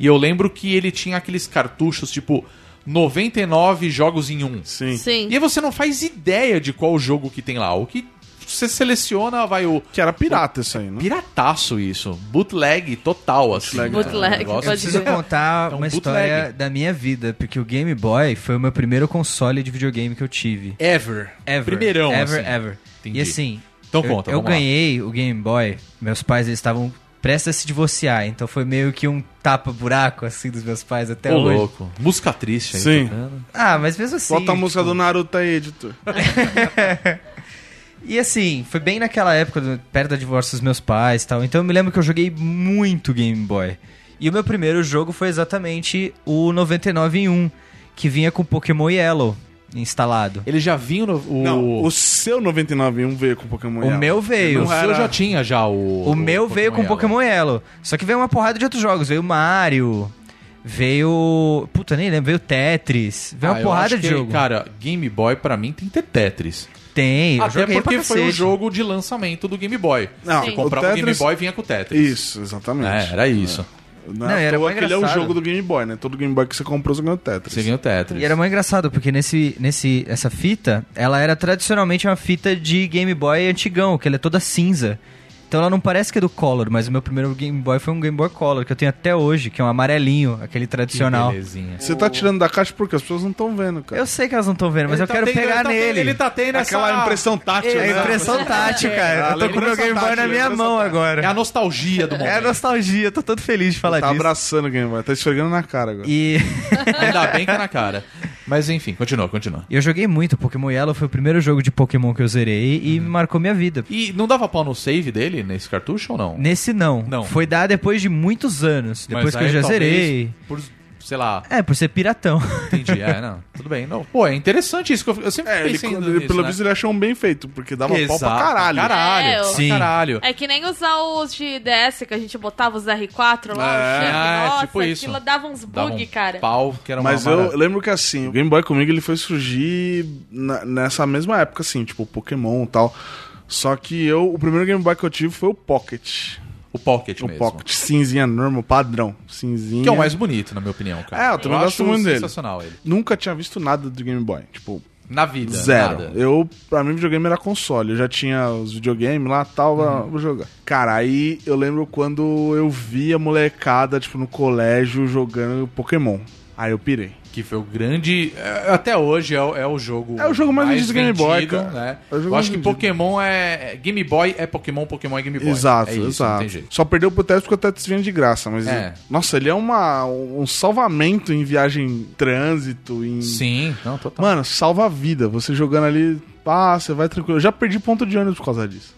E: e eu lembro que ele tinha aqueles cartuchos, tipo, 99 jogos em um.
F: Sim.
H: Sim.
E: E aí você não faz ideia de qual jogo que tem lá. O que você seleciona, vai o.
F: Que era pirata isso aí, né?
E: Hum? Pirataço isso. Bootleg total, assim.
F: Bootleg.
E: né?
H: Bootleg,
E: O negócio-
G: é. Eu
H: pode
G: preciso contar
E: É um
G: uma
E: bootleg.
G: história da minha vida, porque o Game Boy foi o meu primeiro console de videogame que eu tive.
E: Ever.
G: Ever.
E: Primeirão,
G: Ever,
E: assim.
G: ever.
E: Entendi.
G: E assim,
E: Então
G: eu,
E: conta,
G: eu
E: vamos lá.
G: ganhei o Game Boy, meus pais eles estavam prestes a se divorciar. Então foi meio que um tapa-buraco, assim, dos meus pais até
E: Ô,
G: hoje.
E: louco. Música triste aí. tá
F: Sim.
E: tocando.
G: Ah, mas mesmo assim.
F: Bota a música do Naruto aí, editor.
G: E assim, foi bem naquela época, do- perto do divórcio dos meus pais e tal. Então eu me lembro que eu joguei muito Game Boy. E o meu primeiro jogo foi exatamente o 99 em 1, que vinha com Pokémon Yellow instalado.
E: Ele já vinha no. O,
F: Não, o seu 99.1 veio com Pokémon
G: O
F: Yellow.
G: meu veio.
E: o seu
F: era-
E: já tinha já o.
G: O, meu veio com
E: Yellow.
G: Pokémon Yellow. Só que veio uma porrada de outros jogos. Veio Mario, veio. Puta, nem lembro. Veio Tetris. Veio
E: Ah,
G: uma
E: eu acho
G: porrada de
E: que,
G: jogo.
E: Cara, Game Boy pra mim tem que ter Tetris.
G: Tem, eu
E: Até
G: joguei
E: porque
G: pra
E: foi o
G: cacete.
E: jogo de lançamento do Game Boy.
F: Não,
E: Você
H: o
E: comprava o, Game
F: Tetris-
E: Boy e vinha com o Tetris.
F: Isso, exatamente.
E: É, era isso.
F: Não,
G: Não,
F: é à
G: era
F: toa
G: mó
F: que ele é o
G: engraçado.
F: jogo do Game Boy, né? Todo Game Boy que você comprou, você ganhou Tetris.
E: Você ganhou o Tetris.
G: E era muito engraçado, porque nesse, nesse, essa fita, ela era tradicionalmente uma fita de Game Boy antigão, que ela é toda cinza. Então ela não parece que é do Color, mas o meu primeiro Game Boy foi um Game Boy Color, que eu tenho até hoje, que é um amarelinho, aquele
E: Que
G: tradicional.
E: belezinha.
F: Você tá tirando da caixa porque as pessoas não estão vendo, cara.
G: Eu sei que elas não estão vendo, mas eu
E: Ele tá
G: quero
E: tendo-
G: pegar
E: ele tá tendo-
G: nele.
E: ele tá tendo
F: Aquela
E: essa...
F: impressão tátil,
G: É
F: né?
G: impressão tátil, cara. eu
F: a
G: tô com o meu
F: lembrança
G: Game Boy
F: tátil,
G: na minha
F: lembrança
G: mão
F: tátil.
G: agora.
E: É a nostalgia do
G: É a
E: momento.
G: nostalgia, tô todo feliz de falar
F: Tá
G: disso.
F: abraçando o Game Boy, tá esfregando na cara agora.
G: E *laughs*
E: Ainda bem que é na cara. Mas enfim, continua, continua.
G: eu joguei muito, Pokémon Yellow foi o primeiro jogo de Pokémon que eu zerei e
E: Uhum.
G: marcou minha vida.
E: E não dava pau no save dele, nesse cartucho ou não?
G: Nesse não.
E: Não.
G: Foi dar depois de muitos anos.
E: Mas
G: Depois que eu
E: aí,
G: já
E: talvez,
G: zerei.
E: Por, sei lá,
G: É, por ser piratão.
E: entendi. É, não, tudo bem. Não, pô, é interessante isso que eu, eu sempre
F: É, ele,
E: pensei nisso,
F: ele- pelo
E: né?
F: visto ele achou um bem feito, porque dava pau pra
E: Exato.
F: caralho.
E: Caralho,
H: É, eu-
E: pra
G: Sim.
E: caralho.
H: É que nem usar os de DS que a gente botava os R4 lá,
E: É,
H: o chefe,
E: é,
H: nossa,
E: tipo isso.
H: aquilo dava uns
E: Dava
H: bug,
E: um
H: cara.
E: pau, que era uma
F: Mas
E: mara-
F: eu lembro que assim, o Game Boy comigo ele foi surgir na- nessa mesma época, assim, tipo Pokémon e tal. Só que eu, o primeiro Game Boy que eu tive foi o Pocket.
E: O Pocket
F: O
E: mesmo.
F: Pocket, cinzinha normal, padrão. Cinzinha.
E: Que é o mais bonito, na minha opinião, cara.
F: É, eu também gosto
E: acho
F: muito dele.
E: sensacional ele.
F: Nunca tinha visto nada do Game Boy. Tipo,
E: Na vida.
F: Zero.
E: nada.
F: Eu, pra mim, videogame era console. Eu já tinha os videogames lá tal,
E: Uhum.
F: vou jogar. Cara, aí eu lembro quando eu vi a molecada, tipo, no colégio jogando Pokémon. Aí eu pirei.
E: Que foi o grande. é, Até hoje é, o- é o jogo.
F: É o jogo mais vendido do Game Boy,
E: vendido,
F: cara.
E: né?
F: É o
E: eu
F: jogo
E: acho
F: mais
E: que
F: vendido.
E: Pokémon é. é- Game Boy é Pokémon, Pokémon é Game Boy.
F: exato,
E: é isso, Não
F: exato.
E: tem jeito.
F: Só perdeu pro Tetris porque o Tetris vinha de graça, mas.
E: É.
F: Nossa, ele é uma, um salvamento em viagem em trânsito, em.
E: Sim, não, total.
F: Mano, salva a vida. Você jogando ali, ah, você vai tranquilo. Eu já perdi ponto de ônibus por causa disso.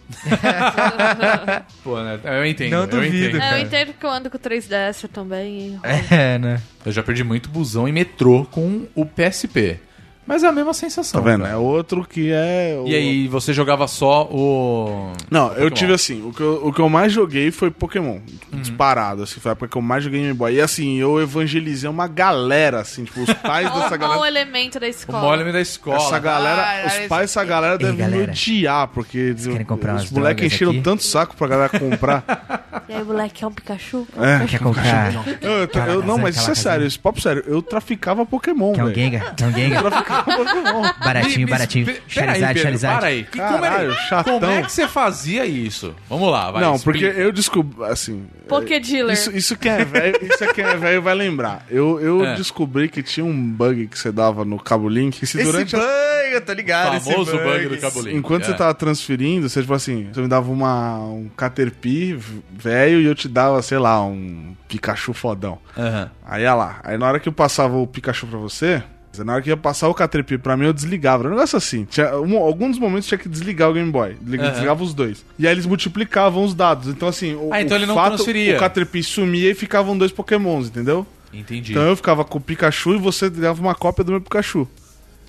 E: Pô, né? Eu entendo.
G: Não
E: eu
G: duvido,
E: entendo.
H: É, eu
G: cara.
H: entendo que eu ando com 3DS também. e-
G: *laughs* É, né?
E: Eu já perdi muito busão e metrô com o PSP. Mas é a mesma sensação.
F: Tá vendo?
E: cara.
F: É outro que é. o-
E: E aí, você jogava só o.
F: Não, eu
E: Pokémon.
F: tive assim, o que eu, o que eu mais joguei foi Pokémon,
G: Uhum.
F: disparado, assim, foi a época que eu mais joguei Game Boy. E assim, eu evangelizei uma galera, assim, tipo, os
H: *laughs*
F: pais
H: Olha
F: dessa
H: o mau
F: galera.
H: elemento da
E: O é
H: escola.
E: Molem da escola.
F: Essa galera,
E: Ah,
F: os pais dessa galera devem me
G: galera,
F: odiar, porque
G: querem comprar
F: os
G: umas
F: moleques
G: drogas
F: encheram
G: aqui?
F: tanto saco pra galera
G: *laughs*
F: comprar.
H: E aí, moleque, é um Pikachu?
G: Quer comprar?
F: eu, eu-
G: Caraca,
F: eu- não, mas isso
G: caraca,
F: é sério, isso é papo sério. Eu traficava Pokémon,
G: Quer um
F: velho.
G: Gengar? Quer um Gengar? *laughs*
E: Me-
G: Ah, Baratinho,
E: me-
G: baratinho.
E: pe- pera aí,
G: Charizard,
E: Pedro,
G: Charizard.
E: Para aí. Que- como,
F: Caralho,
E: era,
F: chatão.
E: como é que você fazia isso? Vamos lá, vai.
F: Não, porque
E: explica.
F: eu descobri, assim,
H: Um Poké Dealer.
F: Isso, isso que é velho, isso é que é velho vai lembrar. Eu, eu
E: É.
F: descobri que tinha um bug que você dava no cabo link, que se durante a-
G: bug, eu tô ligado.
E: O famoso bug do Cabo Link.
F: Enquanto
E: é.
F: você tá tava transferindo, você, tipo assim, você me dava uma, um Caterpie v- velho e eu te dava, sei lá, um Pikachu fodão.
E: Aham.
F: Aí, ia lá. Aí, na hora que eu passava o Pikachu pra você, na hora que ia passar o Caterpie pra mim, eu desligava. Era um negócio assim. Tinha, um- alguns momentos tinha que desligar o Game Boy. Deslig-
E: Aham.
F: Desligava os dois. E aí eles multiplicavam os dados. Então, assim, o,
E: Ah, então
F: o
E: ele não
F: fato,
E: transferia.
F: o Caterpie sumia e ficavam dois Pokémons, entendeu?
E: Entendi.
F: Então eu ficava com o Pikachu e você ganhava uma cópia do meu Pikachu.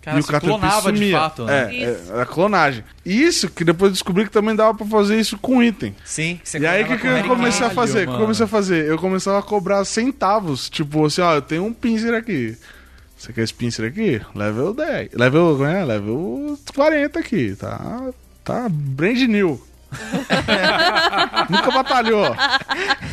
E: Cara,
F: e o
E: você
F: Caterpie
E: clonava de
F: sumia.
E: fato, né?
F: É,
H: Isso.
F: é, era clonagem. E isso que depois eu descobri que também dava pra fazer isso com item.
G: Sim. você
F: e aí o que,
G: colocava
F: que eu
G: com
F: comecei a
E: Caralho,
F: fazer? O que eu
E: mano.
F: comecei a fazer? Eu começava a cobrar centavos. Tipo assim, ó, eu tenho um pincer aqui. Você quer esse pincer aqui? Level 10. Level, como é? Level 40 aqui, tá? Tá brand new. *laughs* Nunca batalhou.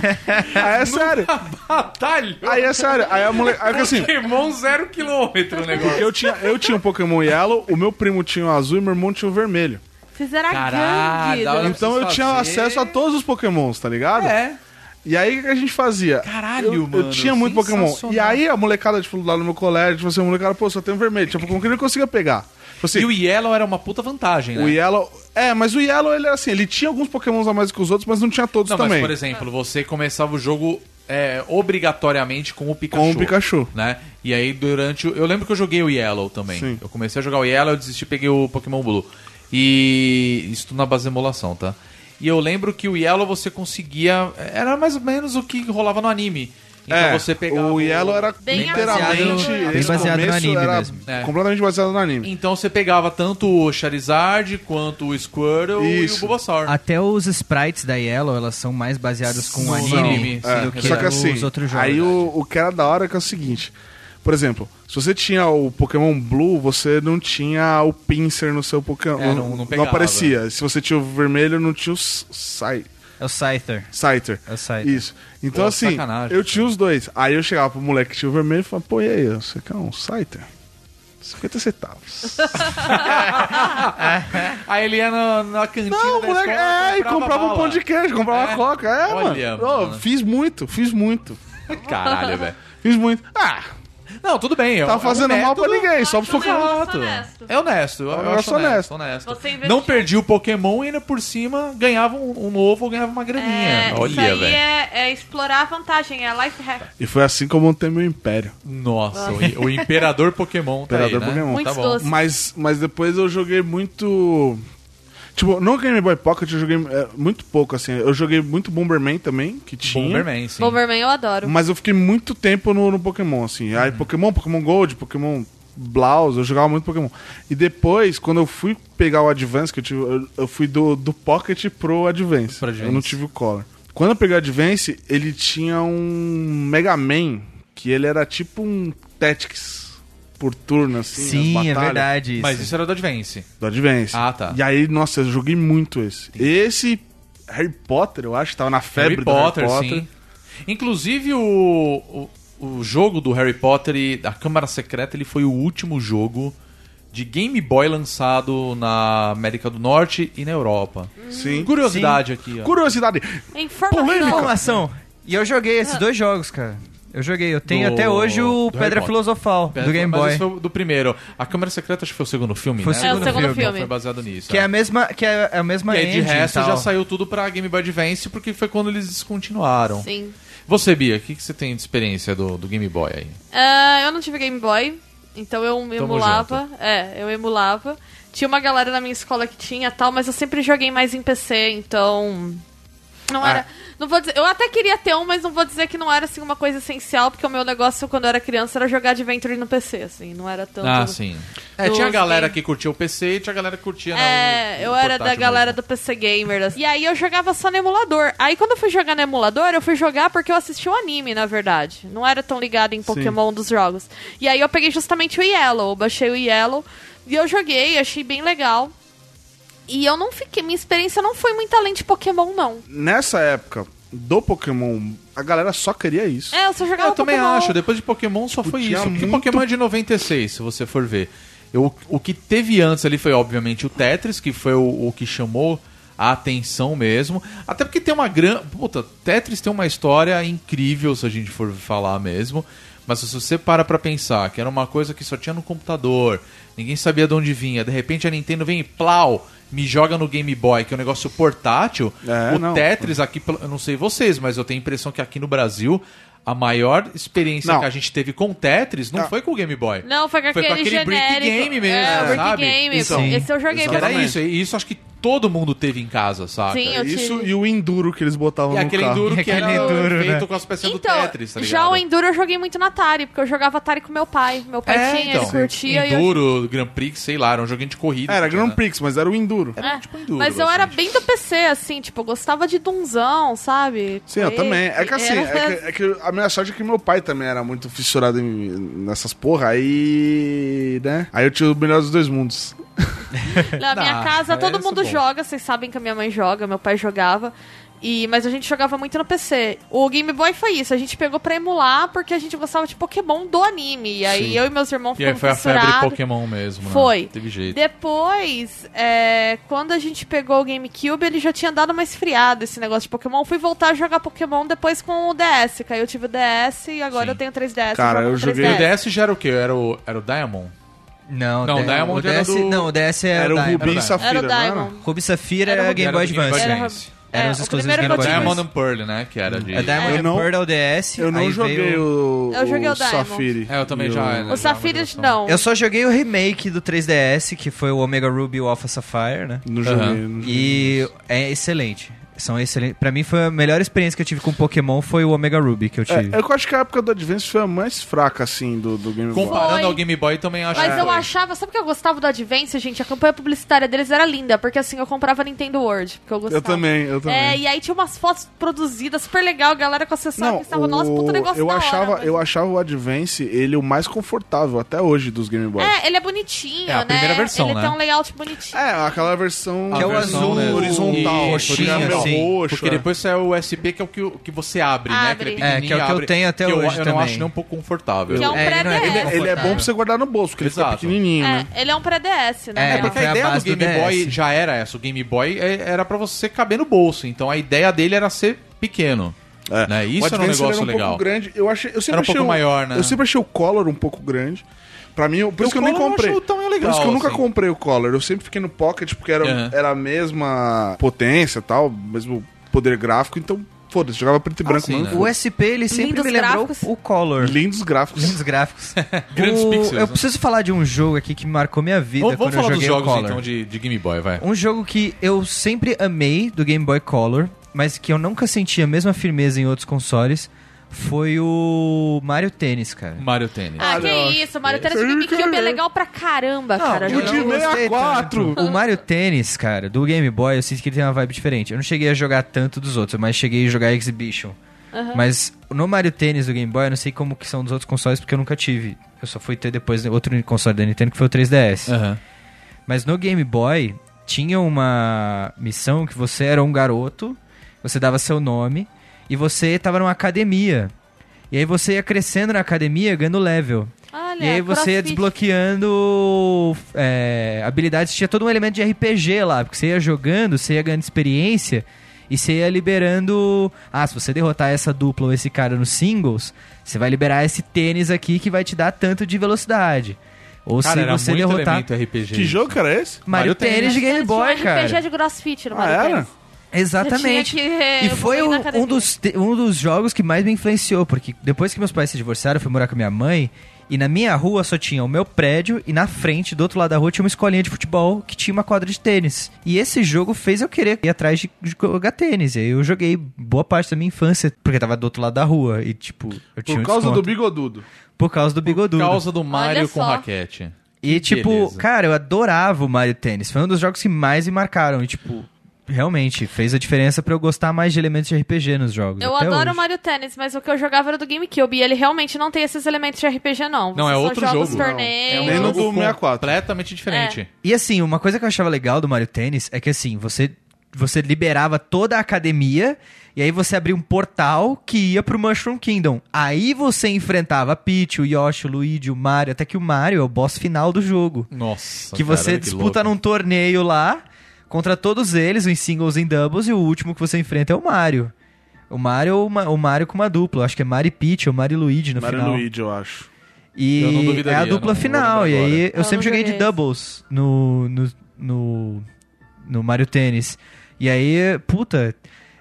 F: aí
E: *laughs*
F: é sério.
E: Batalhou.
F: Aí é sério. Aí a moleque. Aí que assim.
E: Pokémon um zero quilômetro
F: *laughs*
E: o negócio.
F: Porque eu tinha, eu tinha um Pokémon Yellow, o meu primo tinha o azul e meu irmão tinha o vermelho.
H: Fizeram a
E: Caralho,
H: gangue.
E: da hora.
H: do-
F: Então eu
E: preciso
F: tinha
E: fazer.
F: acesso a todos os Pokémons, tá ligado?
E: É.
F: E aí o que a gente fazia?
E: Caralho,
F: eu, Eu
E: mano,
F: tinha muito Pokémon.
E: sensacional.
F: E aí a molecada, tipo, lá no meu colégio, tipo assim, a molecada, pô, só tem um vermelho. Tipo, como que ele não conseguia pegar? Tipo assim,
E: E o Yellow era uma puta vantagem, né?
F: o Yellow. É, mas o Yellow, ele era assim, ele tinha alguns Pokémons a mais que os outros, mas não tinha todos
E: Não,
F: também.
E: mas por exemplo, você começava o jogo é, obrigatoriamente com o Pikachu.
F: Com o Pikachu.
E: Né? E aí durante. o- Eu lembro que eu joguei o Yellow também.
F: Sim.
E: Eu comecei a jogar o Yellow, eu desisti e peguei o Pokémon Blue. E. Isso tudo na base de emulação, tá? E eu lembro que o Yellow você conseguia. Era mais ou menos o que rolava no anime. Então
F: é,
E: você pegava.
F: o Yellow era
H: Bem
F: literalmente.
H: baseado-
G: bem
F: esse
G: baseado no
F: começo
G: anime
F: era
G: mesmo.
E: É.
F: Completamente baseado no anime.
E: Então você pegava tanto o Charizard quanto o Squirtle e o
F: Isso.
E: Bulbasaur.
G: Até os sprites da Yellow, elas são mais baseadas com
E: Sim,
G: o anime
E: não.
G: do
E: É,
G: que,
F: Só que assim,
G: os outros jogos.
F: aí o, o que era da hora é que é o seguinte. Por exemplo, se você tinha o Pokémon Blue, você não tinha o Pinsir no seu Pokémon.
E: É, não- não pegava.
F: aparecia. Se você tinha o vermelho, não tinha o Scyther.
G: É o Scyther.
F: Scyther.
G: É o Scyther.
F: Isso. Então,
E: Pô,
F: assim,
E: sacanagem,
F: eu tinha os dois. Aí eu chegava pro moleque que tinha o vermelho e falava, pô, e aí, você quer um Scyther?
E: *laughs*
F: 50 centavos.
E: Aí ele ia na, na cantina.
F: Não,
E: da
F: moleque,
E: escola,
F: é, e comprava um
E: bala.
F: pão de queijo, comprava
E: É.
F: uma coca. É,
E: Olha,
F: mano. Ô,
E: mano.
F: fiz muito, fiz muito.
E: Caralho, velho.
F: Fiz muito. Ah,
E: Não, tudo bem. é um- é
F: Tá
E: um
F: fazendo mal pra
E: método-
F: ninguém, só
H: Acho
F: porque.
H: legal.
E: Exato.
H: Honesto.
E: É honesto. Eu, eu acho honesto. honesto.
H: Você investiu.
E: Não perdi o Pokémon e ainda por cima ganhava um, um novo ou ganhava uma graninha.
H: É, isso
E: Olha,
H: aí
E: velho.
H: é, é explorar a vantagem, é life hack.
F: E foi assim que eu montei meu império.
E: Nossa, o, o Imperador Pokémon tá
F: Imperador
E: aí, né?
F: Pokémon.
E: Tá
H: Muitos
E: bom.
H: doces.
F: Mas, mas depois eu joguei muito. Tipo, no Game Boy Pocket eu joguei é, muito pouco, assim. Eu joguei muito Bomberman também, que tinha.
E: Bomberman, sim.
H: Bomberman eu adoro.
F: Mas eu fiquei muito tempo no, no Pokémon, assim. Aí Pokémon, Pokémon Gold, Pokémon Blaus, eu jogava muito Pokémon. E depois, quando eu fui pegar o Advance, que eu tive. Eu, eu fui do, do Pocket pro Advance.
E: Pro Advance.
F: Eu não tive o Color. Quando eu peguei o Advance, ele tinha um Mega Man, que ele era tipo um Tactics por turno, assim. as
G: Sim, é
F: batalhas
G: verdade. Isso.
E: Mas isso era do Advance.
F: Do Advance.
E: Ah, tá.
F: E aí, nossa, eu joguei muito esse. Esse. Harry Potter, eu acho, que tava na febre
E: Harry
F: do
E: Potter,
F: Harry Potter.
E: sim. Inclusive, o, o, o jogo do Harry Potter e da Câmara Secreta, ele foi o último jogo de Game Boy lançado na América do Norte e na Europa.
F: Sim.
E: Curiosidade aqui, ó.
F: Curiosidade.
H: Informação.
E: é
G: Informação. E eu joguei esses dois jogos, cara. Eu joguei. Eu tenho
E: Do-
G: até hoje o
E: do Harry
G: Pedra
E: Potter.
G: Filosofal do Game
E: Mas
G: Boy.
E: esse foi o do primeiro. A Câmara Secreta acho que foi o segundo filme,
G: Foi o
E: né?
G: segundo É, o segundo
H: filme. filme.
E: Foi baseado nisso.
G: Que é a mesma, que é a mesma
E: E aí, de
G: engine e
E: resto,
G: tal.
E: já saiu tudo pra Game Boy Advance, porque foi quando eles descontinuaram.
H: Sim.
E: Você, Bia, o que, que você tem de experiência do, do Game Boy aí?
H: Ah, eu não tive Game Boy, então eu emulava. É, eu emulava. Tinha uma galera na minha escola que tinha tal, mas eu sempre joguei mais em PC, então.
E: Ah.
H: Não era. Não vou dizer, eu até queria ter um, mas não vou dizer que não era assim uma coisa essencial, porque o meu negócio quando eu era criança era jogar Adventure no PC, assim, não era tanto.
E: Ah, sim. É, tinha a
H: Dos
E: galera
H: game-
E: que curtia o PC e tinha a galera que curtia... né,
H: É,
E: o- o
H: eu era da
E: portátil
H: galera
E: mesmo.
H: do PC Gamer. assim. E aí eu jogava só no emulador. Aí quando eu fui jogar no emulador, eu fui jogar porque eu assisti o anime, na verdade. Não era tão ligado em Pokémon dos jogos. E aí eu peguei justamente o Yellow, eu baixei o Yellow e eu joguei, achei bem legal. E eu não fiquei, minha experiência não foi muito além de Pokémon não.
F: Nessa época do Pokémon, a galera só queria isso.
H: É, eu só jogava
E: Eu também
H: Pokémon.
E: acho, depois de Pokémon só foi
F: Tinha
E: isso. Porque
F: muito-
E: Pokémon é de 96, se você for ver. Eu, o que teve antes ali foi, obviamente, o Tetris, que foi o, o que chamou a atenção mesmo. Até porque tem uma grande. Puta, Tetris tem uma história incrível, se a gente for falar mesmo. Mas se você para pra pensar que era uma coisa que só tinha no computador, ninguém sabia de onde vinha, de repente a Nintendo vem e plau, me joga no Game Boy, que é um negócio portátil,
F: É,
E: o
F: não.
E: Tetris aqui, pelo- eu não sei vocês, mas eu tenho a impressão que aqui no Brasil a maior experiência
F: Não.
E: que a gente teve com Tetris não foi com o Game Boy.
H: Não, foi com
E: Foi
H: aquele,
E: com aquele brick
H: genérico.
E: game mesmo,
H: é, o brick
E: sabe?
H: game.
F: Então,
H: Esse eu joguei
E: Que era
F: exatamente.
E: isso, e isso acho que todo mundo teve em casa, saca?
H: Sim, eu É
F: isso
H: tive.
F: e o enduro que eles botavam
E: E
F: no
E: aquele
F: carro.
E: enduro que era
G: Aquele enduro,
E: feito
G: né?
E: com as peças
H: Então,
E: do Tetris, tá ligado?
H: já o Enduro eu joguei muito na Atari, porque eu jogava Atari com meu pai. Meu pai
E: É,
H: tinha,
E: então.
H: ele curtia. e eu
E: Enduro, Grand Prix, sei lá, era um joguinho de corrida.
F: Era
E: que tinha,
F: Grand
E: né?
F: Prix, mas era o enduro.
E: Era
H: É,
E: tipo Enduro.
H: Mas eu era
E: basicamente.
H: bem do PC, assim, tipo, eu gostava de Dunzão, sabe?
F: Sim, eu
H: Quake,
F: também. É que assim, é
H: era-
F: que, é que a minha sorte é que meu pai também era muito fissurado em- nessas porra, aí. né? Aí eu tinha o melhor dos dois mundos.
H: *laughs* Na minha
E: Ah,
H: casa
E: é
H: todo
E: isso
H: mundo
E: bom.
H: joga, vocês sabem que a minha mãe joga, meu pai jogava. E, mas a gente jogava muito no PC. O Game Boy foi isso, a gente pegou pra emular porque a gente gostava de Pokémon do anime. E aí
E: Sim.
H: eu e meus irmãos
E: E aí
H: ficamos
E: foi a febre
H: fissurados.
E: Pokémon mesmo, né?
H: Foi.
E: Teve jeito.
H: Depois, é, quando a gente pegou o GameCube, ele já tinha dado uma esfriada esse negócio de Pokémon. Fui voltar a jogar Pokémon depois com o DS, que aí eu tive o DS e agora
E: Sim.
H: eu tenho 3DS.
F: Cara,
H: jogo
F: eu
H: com
F: joguei
E: E o
H: 3DS.
E: DS já era o quê? Era o, era o Diamond?
G: Não,
E: Não,
G: o
E: o Diamond era
G: DS,
E: do-
G: Não, o DS é era,
F: Era o Rubi
E: era
F: e Safira,
H: Era o
F: não era?
H: Diamond.
G: Ruby Safira
H: Era
G: era
H: o
G: Game Boy
E: Era do Game Boy
G: Advance.
H: Era,
E: Advance.
H: é,
G: Eram os
H: o
G: exclusivos
H: primeiro
G: Game
H: que eu
G: Boy
H: tive-
E: Diamond
G: Advance.
E: and Pearl, né? Que era de...
G: É Diamond
F: Eu não-
G: Pearl é o DS.
F: Eu não
G: aí
F: joguei
G: veio-
F: o.
H: Eu joguei o Diamond.
F: Safiri.
E: É, eu também
F: E
E: já era.
H: O Safira, não.
G: Eu só joguei o remake do 3DS, que foi o Omega Ruby e o Alpha Sapphire, né?
F: Não joguei.
E: Aham.
F: não joguei.
G: E é excelente. São excelentes. Pra mim foi a melhor experiência que eu tive com Pokémon foi o Omega Ruby que eu tive.
F: É, eu acho que a época do Advance foi a mais fraca, assim, do, do Game Boy.
E: Comparando
H: Foi.
E: ao Game Boy, também acho
H: Mas
E: que
H: eu
E: foi.
H: achava, sabe o que eu gostava do Advance, gente? A campanha publicitária deles era linda, porque assim, eu comprava Nintendo World, porque eu gostava.
F: Eu também, eu também.
H: É, e aí tinha umas fotos produzidas, super legal, a galera com acessório que estava, nossa, puta negócio
F: eu
H: da hora,
F: achava,
H: mas-
F: eu achava o Advance ele o mais confortável até hoje dos Game Boy.
H: É, ele é bonitinho,
E: É, a
H: né?
E: primeira versão,
H: ele
E: né?
H: tem um layout bonitinho.
F: É, aquela versão
G: Que é o
E: versão,
G: azul
E: né?
F: horizontal,
E: E-
G: roxinho,
F: meio
G: assim.
E: é
F: roxo.
E: Porque
F: é.
E: depois saiu o SP, que é o que, o que você abre, né?
H: Abre.
E: Aquele
H: É,
G: que é o que eu
E: pequenininho,
G: tenho até
E: eu,
G: hoje
E: eu não
G: também.
E: acho nem um pouco confortável.
H: Que é um
G: É, ele não é
H: pré-DS.
F: ele
G: bem
F: é bom
G: confortável.
F: pra você guardar no bolso, porque ele
E: Exato.
F: fica pequenininho, né?
H: É, ele é um pré-DS, né?
G: É,
E: Porque
G: Foi
E: a
G: a
E: ideia do
G: base do
E: Game Boy
G: DS.
E: já era essa. O Game Boy é- era pra você caber no bolso. Então a ideia dele era ser pequeno.
F: É.
E: Né?
F: O
E: Isso era um
F: Advance
E: negócio
F: era um
E: legal.
F: pouco grande. Eu, achei, eu sempre
E: Era um
F: achei
E: pouco
F: o-
E: maior, né?
F: Eu sempre achei o Collor um pouco grande. Pra mim, eu- por
E: O
F: isso que eu nem
E: Collor eu
F: comprei.
E: acho tão legal,
F: por isso que eu nunca
E: assim.
F: comprei o Collor. Eu sempre fiquei no Pocket porque era,
E: Aham.
F: era a mesma potência e tal, mesmo poder gráfico. Então, foda-se, jogava preto e branco
E: sim,
F: mesmo.
E: né?
G: O SP ele sempre
H: Lindos
G: me lembrou
H: gráficos.
G: o Color.
F: Lindos gráficos.
G: Lindos gráficos.
E: *laughs* Grandes
G: O-
E: pixels, né?
G: Eu preciso falar de um jogo aqui que marcou minha vida
E: Vamos,
G: quando
E: vamos falar
G: eu
E: dos
G: joguei
E: jogos,
G: o Color.
E: então, de, de Game Boy, vai.
G: Um jogo que eu sempre amei do Game Boy Color, mas que eu nunca senti a mesma firmeza em outros consoles, foi o Mario Tênis, cara.
E: Mario Tennis.
H: Ah, que
F: Olha,
H: isso, Mario Tennis do GameCube é legal pra caramba, cara.
F: eu
H: Eu-
F: tive-
G: gostei
F: 64.
G: tanto. O Mario Tênis, cara, do Game Boy, eu sinto que ele tem uma vibe diferente. Eu não cheguei a jogar tanto dos outros, mas cheguei a jogar Exhibition. Mas no Mario Tênis do Game Boy, eu não sei como que são dos outros consoles, porque eu nunca tive. Eu só fui ter depois outro console da Nintendo, que foi o 3DS.
E: Aham.
G: Mas no Game Boy tinha uma missão que você era um garoto, você dava seu nome e você tava numa academia. E aí você ia crescendo na academia, ganhando level.
H: Olha,
G: e aí você é ia
H: crossfit.
G: desbloqueando é, habilidades. Tinha todo um elemento de RPG lá, porque você ia jogando, você ia ganhando experiência e você ia liberando. Ah, se você derrotar essa dupla ou esse cara nos singles, você vai liberar esse tênis aqui que vai te dar tanto de velocidade. Ou
E: Cara,
G: se
E: era
G: você
E: muito
G: derrotar.
E: elemento RPG.
F: Que jogo que era esse?
E: Mario
G: Mario, Tênis
E: Tennis.
G: de Game Boy,
H: Tinha um RPG
G: cara.
H: de crossfit no
F: Ah,
H: Mario
F: era?
H: Tennis.
G: Exatamente.
H: Eu tinha que
G: E foi
H: evoluir na
G: um- um
H: academia.
G: dos, te- um dos jogos que mais me influenciou, porque depois que meus pais se divorciaram, eu fui morar com minha mãe, e na minha rua só tinha o meu prédio, e na frente, do outro lado da rua, tinha uma escolinha de futebol que tinha uma quadra de tênis. E esse jogo fez eu querer ir atrás de de jogar tênis. E aí eu joguei boa parte da minha infância, porque tava do outro lado da rua, e tipo, eu tinha
F: Por
G: um
F: causa do
G: desconto.
F: bigodudo.
G: Por causa do bigodudo.
E: Por causa do Mario
H: Olha
E: com
H: só.
E: raquete.
G: E, tipo,
E: beleza.
G: cara, eu adorava o Mario Tênis. Foi um dos jogos que mais me marcaram. E, tipo, realmente fez a diferença pra eu gostar mais de elementos de RPG nos jogos.
H: Eu
G: até
H: adoro o
G: hoje.
H: Mario Tennis, mas o que eu jogava era do GameCube. E ele realmente não tem esses elementos de RPG, não.
E: Não,
H: Você
E: é
H: só
E: outro
H: joga
E: jogo.
H: Os
E: Não,
F: É
H: torneios.
F: um Nem no do
E: jogo
F: 64.
E: Completamente diferente.
G: E, assim, uma coisa que eu achava legal do Mario Tênis é que, assim, você, você liberava toda a academia. E aí você abria um portal que ia pro Mushroom Kingdom. Aí você enfrentava a Peach, o Yoshi, o Luigi, o Mario. Até que o Mario é o boss final do jogo.
E: Nossa,
G: que
E: cara,
G: você
E: olha
G: disputa
E: louco.
G: num torneio lá contra todos eles, em singles e em doubles, e o último que você enfrenta é o Mario. O Mario, ou uma- o Mario com uma dupla, acho que é Mario e Peach ou Mario e Luigi no
F: Mario
G: final.
F: Luigi, eu acho.
G: E
E: Eu não duvidaria,
G: é a
E: eu
G: dupla
E: não vou
G: final,
E: lembrar
G: e aí eu,
H: Eu
G: sempre
H: não
G: joguei de
H: joguei esse.
G: doubles no, no, no, no Mario Tênis. E aí, puta,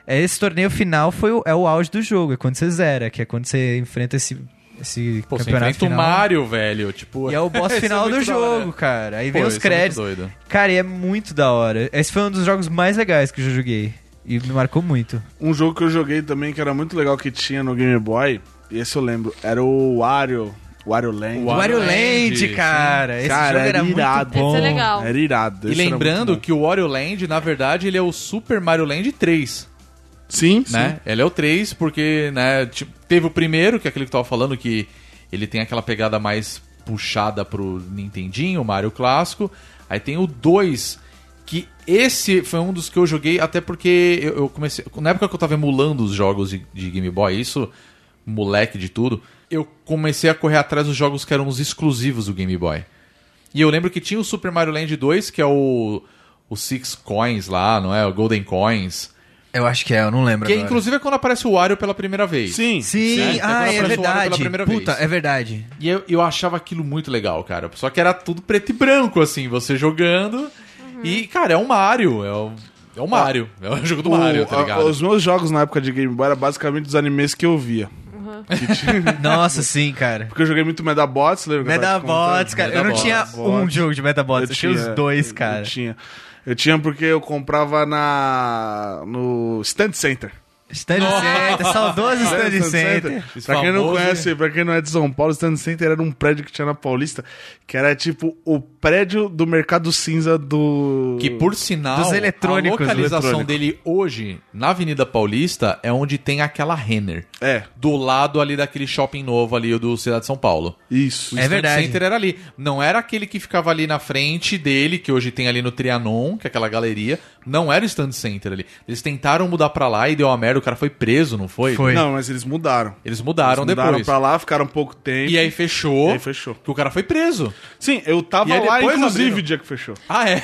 G: é esse torneio final foi o, é o auge do jogo, é quando você zera, que é quando você enfrenta esse, esse
E: Pô, você
G: campeonato
E: enfrenta o
G: final.
E: Mario, velho. Tipo,
G: E é o boss
E: *laughs* isso é
G: final
E: muito
G: do
E: da hora.
G: jogo, cara. Aí
E: Pô,
G: vem os
E: isso é muito
G: créditos.
E: doido.
G: Cara, e é muito da hora. Esse foi um dos jogos mais legais que eu já joguei. E me marcou muito.
F: Um jogo que eu joguei também que era muito legal que tinha no Game Boy, e esse eu lembro, era o Wario, Wario Land.
E: Wario Wario Land,
G: Land,
E: sim.
G: cara. Esse
F: Cara,
G: jogo
F: era
G: era
F: irado.
G: muito bom.
H: Esse é legal.
F: Era irado.
E: E
F: esse era
E: lembrando
F: muito bom.
E: que o Wario Land, na verdade, ele é o Super Mario Land 3,
F: Sim,
E: né? Ele é o 3 porque, né, tipo, teve o primeiro, que é aquele que eu tava falando, que ele tem aquela pegada mais puxada pro Nintendinho, o Mario clássico. Aí tem o 2, que esse foi um dos que eu joguei, até porque eu, eu comecei. Na época que eu tava emulando os jogos de, de Game Boy, isso, moleque de tudo, eu comecei a correr atrás dos jogos que eram os exclusivos do Game Boy. E eu lembro que tinha o Super Mario Land 2, que é o, o Six Coins lá, não é? O Golden Coins.
G: Eu acho que é, eu não lembro.
E: Que
G: agora.
E: inclusive né? é quando aparece o Wario pela primeira vez.
F: Sim.
G: Sim,
E: Sim, quando aparece
G: ah, é
E: o Wario pela
G: verdade.
E: primeira
G: Puta,
E: vez.
G: é verdade.
E: E eu, eu achava aquilo muito legal, cara. Só que era tudo preto e branco, assim, você jogando. E, cara, é um Mario. É um, é um Mario.
G: Ah,
E: É o jogo do Mario, tá
F: O-
E: ligado?
F: Os meus jogos na época de Game Boy eram basicamente os animes que eu via. Que tinha- *laughs*
G: Nossa, sim, cara.
F: Porque eu joguei muito Medabots, lembra? que eu tava te
G: Metabots,
F: contando?
G: cara. Eu não
E: Metabots. um
G: tinha um jogo de Metabots, eu,
F: Eu
G: tinha os
F: tinha,
G: dois,
F: eu-
G: cara.
F: Eu tinha. Eu tinha porque eu comprava na no Stand Center.
G: Stand Center, saudoso Stand Center.
E: Esse
F: Pra quem não
E: famoso, né?
F: conhece, pra quem não é de São Paulo, Stand Center era um prédio que tinha na Paulista, que era tipo o prédio do mercado cinza do
E: Que por sinal,
G: Dos eletrônicos,
E: a localização
F: eletrônico.
E: dele hoje, na Avenida Paulista, é onde tem aquela Renner.
F: É,
E: Do lado ali daquele shopping novo ali do Cidade de São Paulo.
F: isso.
E: O
G: É
E: Stand
G: verdade.
E: Center era ali. Não era aquele que ficava ali na frente dele, que hoje tem ali no Trianon, que é aquela galeria. Não era o Stand Center ali. Eles tentaram mudar pra lá e deu uma merda. O cara foi preso, não foi?
G: Foi.
F: Não, mas eles mudaram.
E: Eles mudaram
F: Eles mudaram
E: depois.
F: pra lá, ficaram um pouco tempo.
E: E aí fechou.
F: E aí fechou.
E: Que o cara foi preso.
F: Sim, eu
E: E
F: tava
E: aí
F: lá,
E: depois
F: inclusive,
E: abriram.
F: o dia que fechou.
E: Ah,
G: *laughs*
E: é?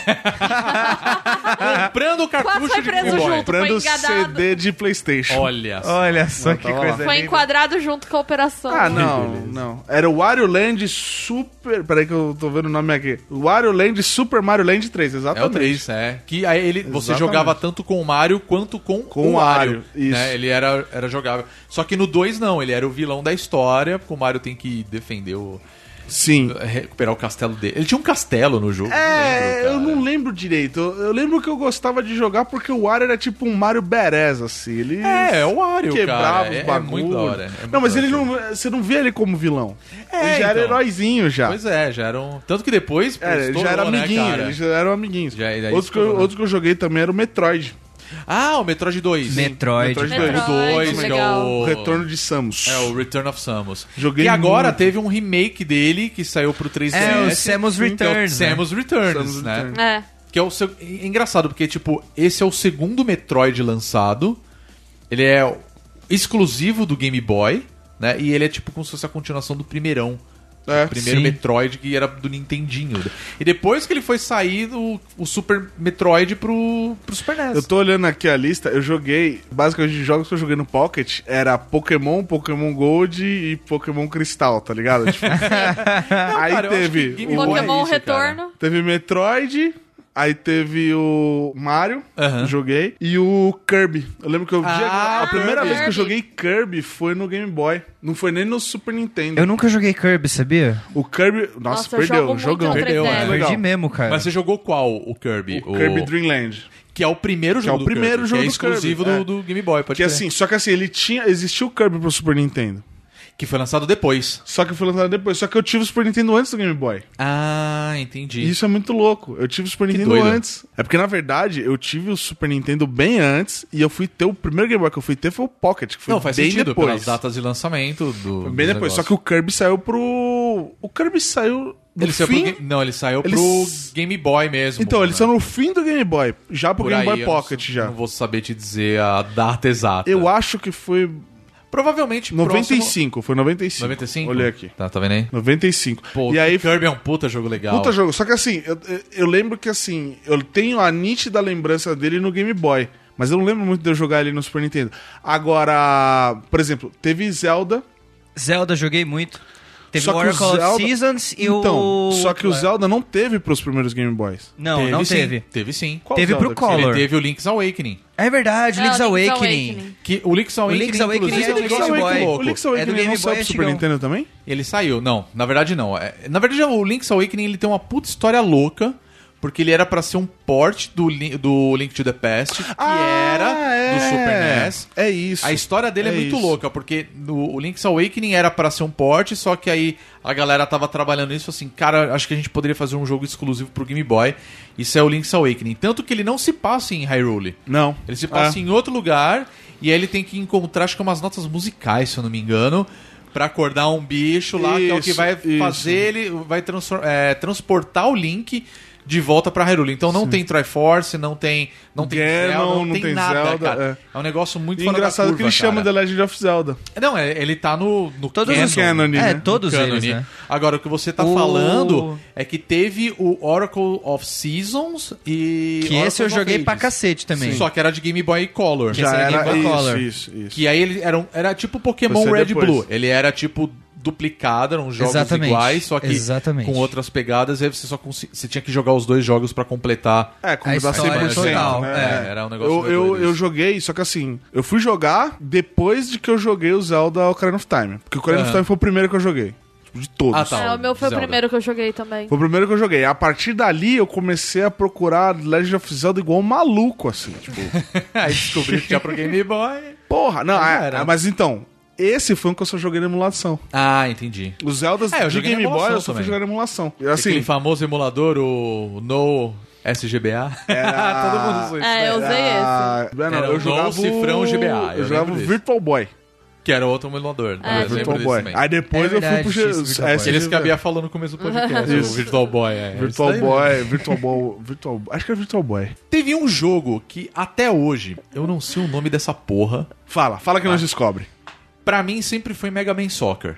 E: Comprando o
H: Quase
E: cartucho
H: foi
E: de
H: preso
E: Game Boy.
H: junto. Foi
F: Comprando
H: engadado.
F: CD de Playstation.
E: Olha só.
G: Olha só que
E: tá
F: tava lá.
G: coisa
H: Foi
G: linda.
H: enquadrado junto com a operação.
E: *laughs*
F: é Ah, não, não. Era o Wario Land Super. Peraí que eu tô vendo o nome aqui. Wario Land Super Mario Land 3,
E: É o
F: exatamente.
E: 3, é. Que aí ele, você
F: Exatamente.
E: jogava tanto com o Mario quanto com,
F: Com
E: o
F: o
E: Mario.
F: Wario,
E: Né?
F: isso.
E: Ele era, era jogável. Só que no 2 não, ele era o vilão da história, porque o Mario tem que defender o.
F: Sim.
E: recuperar o castelo dele. Ele tinha um castelo no jogo.
F: É, eu
E: lembro, cara.
F: não lembro direito. Eu, eu lembro que eu gostava de jogar porque o Wario era tipo um Mario Beres, assim. Ele
E: É, é o Wario,
F: quebrava
E: cara.
F: os
E: É-
F: bagulhos.
E: É muito da hora. é muito
F: não, mas
E: da hora.
F: ele não. Você não vê ele como vilão.
E: É,
F: ele já era
E: então.
F: heróizinho já.
E: Pois é, já era um... Tanto que depois. pô,
F: É, ele já
E: estourou,
F: era
E: né,
F: amiguinho,
E: cara?
F: eles já eram amiguinhos.
E: Já- já
F: outros, que eu,
E: estourou.
F: outros que eu joguei também era o Metroid.
E: Ah, o Metroid 2.
G: Metroid.
F: Metroid
E: O
H: Metroid.
F: dois.
E: 2, que é
H: legal.
E: o.
F: O Retorno de Samus.
E: É, o Return of Samus.
F: Joguei
E: e agora
F: muito.
E: teve um remake dele que saiu pro 3DS.
G: É, o Samus
E: que é o
G: Returns, né?
E: Samus Returns,
F: Samus
E: né?
F: Returns. *laughs*
H: É.
E: Que é o seu... é engraçado, porque, tipo, esse é o segundo Metroid lançado. Ele é exclusivo do Game Boy, né? E ele é, tipo, como se fosse a continuação do primeirão.
F: É.
E: o primeiro
G: Sim.
E: Metroid que era do Nintendinho. E depois que ele foi sair, o, o Super Metroid pro, pro Super NES.
F: Eu tô olhando aqui a lista, eu joguei, basicamente, os jogos que eu joguei no Pocket era Pokémon, Pokémon Gold e Pokémon Cristal, tá ligado? Tipo, aí
E: *laughs* cara, eu acho que
F: teve,
E: Game
F: o-
E: Boy-
H: Pokémon
E: é isso,
H: Retorno.
F: teve Metroid, aí teve o Mario,
E: Aham.
F: joguei, e o Kirby. Eu lembro que eu
E: Ah,
F: dia- a primeira
H: Kirby.
F: vez que eu joguei Kirby foi no Game Boy, não foi nem no Super Nintendo.
G: Eu nunca joguei Kirby, sabia?
F: O Kirby, nossa,
H: Nossa, eu
F: perdeu,
H: jogo muito
F: jogão.
H: no
E: Perdeu,
H: 3DS.
E: né?
G: Perdi
F: Legal.
G: mesmo, cara.
E: Mas você jogou qual, o Kirby?
F: O Kirby Dreamland.
E: Que é o primeiro jogo
F: é o primeiro
E: do Kirby, é
F: jogo
E: que é
F: do
E: exclusivo
F: Kirby,
E: do, do Game Boy, pode
F: Que
E: crer.
F: assim, só que assim, ele tinha. Existiu o Kirby pro Super Nintendo.
E: Que foi lançado depois.
F: Só que foi lançado depois. Só que eu tive o Super Nintendo antes do Game Boy.
E: Ah, entendi.
F: E isso é muito louco. Eu tive o Super Nintendo
E: doido.
F: antes. É porque, na verdade, eu tive o Super Nintendo bem antes. E eu fui ter. O primeiro Game Boy que eu fui ter foi o Pocket, que foi
E: não, faz
F: bem
E: sentido,
F: depois.
E: pelas datas de lançamento do.
F: Foi Bem
E: do
F: depois.
E: negócio.
F: Só que o Kirby saiu pro. O Kirby saiu. No
E: Ele saiu pro,
F: fim...
E: Ga- não, ele saiu
F: Ele
E: pro
F: s-
E: Game Boy mesmo.
F: Então, ele
E: né?
F: saiu no fim do Game Boy. Já pro
E: Por
F: Game
E: aí,
F: Boy
E: eu não-
F: Pocket já.
E: Não vou saber te dizer a data exata.
F: Eu acho que foi
E: Provavelmente próximo...
F: 95. Foi 95.
E: 95?
F: Olhei aqui.
E: Tá, tá vendo aí?
F: 95.
E: Pô,
F: e aí
E: Kirby é um puta jogo legal.
F: Puta jogo. Só que assim, eu, eu- eu lembro que assim, eu tenho a nítida lembrança dele no Game Boy. Mas eu não lembro muito de eu jogar ele no Super Nintendo. Agora, por exemplo, teve Zelda.
G: Zelda joguei muito. Teve
F: só
G: o
F: que
G: Oracle
F: o Zelda...
G: of Seasons e
F: então,
G: o...
F: Só que o Zelda não teve pros primeiros Game Boys.
G: Não, não
E: sim,
G: teve.
E: Teve sim.
F: Qual
G: Teve
F: Zelda
G: pro
F: que você-
G: Color.
E: Ele teve o Link's Awakening.
G: É verdade,
H: Não,
G: Link's,
H: Link's
G: Awakening.
H: Awakening.
E: Que, o Link's
G: O
E: Awakening,
G: Link's Awakening
E: inclusive,
G: é do
E: um negócio
G: Game
E: muito
G: Boy.
F: O
E: louco.
F: Link's
G: É do
F: Awakening
G: Game
F: não
G: Boy
F: saiu pro Super
G: antigão.
F: Nintendo também?
E: Ele saiu, não, na verdade não. É, Na verdade, o Link's Awakening ele tem uma puta história louca, porque ele era pra ser um port do, Lin- do Link to the Past, que era do Super NES.
F: Ah, É isso.
E: A história dele é,
F: É
E: muito
F: isso.
E: louca, porque no, o Link's Awakening era pra ser um port, só que aí a galera tava trabalhando isso assim, cara, acho que a gente poderia fazer um jogo exclusivo pro Game Boy. Isso é o Link's Awakening. Tanto que ele não se passa em Hyrule.
F: Não. É.
E: Ele se passa em outro lugar e aí ele tem que encontrar, acho que umas notas musicais, se eu não me engano, pra acordar um bicho lá, que é o que
F: Isso,
E: vai
F: isso.
E: fazer ele, vai transfor- é, transportar o Link de volta pra Hyrule. Então não tem Triforce, não tem. Não tem
F: Ganon,
E: Zelda, não,
F: não
E: tem,
F: tem
E: nada,
F: Zelda,
E: cara. É. um negócio muito
F: E
E: fora da
F: engraçado
E: curva,
F: que ele chama The
E: cara.
F: Legend of Zelda.
E: Não, é, ele tá no, no
G: Todos os
F: canon,
E: né?
G: É,
F: né?
G: todos
E: No canon.
G: eles, né?
E: Agora, o que você tá
G: O-
E: falando é que teve o Oracle of Seasons e.
G: Que
E: Oracle
G: esse eu
E: of
G: joguei
E: Ages.
G: pra cacete também.
E: Só que era de Game é Boy Color.
G: Que Já era Game Boy Color.
F: isso, isso.
E: Que aí ele era, um- era tipo Pokémon
F: Foi
E: Red e
F: ser depois.
E: Blue. Ele era tipo duplicado, eram jogos
G: Exatamente.
E: iguais, só que
G: Exatamente.
E: com outras pegadas, e aí você só consi- você tinha que jogar os dois jogos pra completar.
F: É, como
G: A
F: dá
G: história
F: 100%,
G: total,
F: né?
E: é. É, era um negócio
F: eu,
E: meio
F: eu,
E: doido
F: eu
E: isso.
F: joguei, só que assim, eu fui jogar depois de que eu joguei o Zelda Ocarina of Time. Porque o Ocarina
E: Aham.
F: of Time foi o primeiro que eu joguei. Tipo, de todos.
E: É. Ah, tá.
H: É, o meu foi
E: Zelda.
H: o primeiro que eu joguei também.
F: Foi o primeiro que eu joguei. A partir dali, eu comecei a procurar Legend of Zelda igual um maluco, assim.
E: *laughs*
F: Tipo,
E: *laughs* aí descobri que tinha pro Game Boy.
F: porra, não,
E: Mas
F: é,
E: era.
F: é, mas então, esse foi um que eu só joguei na emulação.
E: Ah, entendi.
F: Os Zeldas
E: É, eu
F: de
E: joguei na
F: Game Boy,
E: emulação
F: eu só fui
E: também.
F: jogar na emulação. E,
E: Aquele
F: assim,
E: famoso emulador, o No SGBA.
F: É. Era-
E: Todo mundo usou isso.
H: É, eu
E: né?
H: usei esse.
F: ah, não,
E: Era o
F: eu jogava
E: Dom Cifrão
F: o-
E: GBA, eu
F: Eu jogava
E: lembro
F: o
E: disso.
F: Virtual Boy.
E: *laughs* Que era outro emulador. né?
H: É,
E: Eu lembro
F: Virtual
E: desse
F: Boy.
E: também.
F: Aí depois
G: É
F: eu
G: verdade,
F: fui
G: isso,
F: pro
G: Virtual
F: G-
G: Boy.
E: Eles que a
F: SGBA.
E: Bia falou no começo *laughs* do podcast, o Virtual Boy. É,
F: Virtual
E: isso aí mesmo.
F: Boy, Virtual Boy, Virtual Boy. Acho que é Virtual Boy.
E: Teve um jogo que até hoje, eu não sei o nome dessa porra,
F: Fala, fala que
E: Tá.
F: nós descobre.
E: Pra mim sempre foi Mega Man Soccer.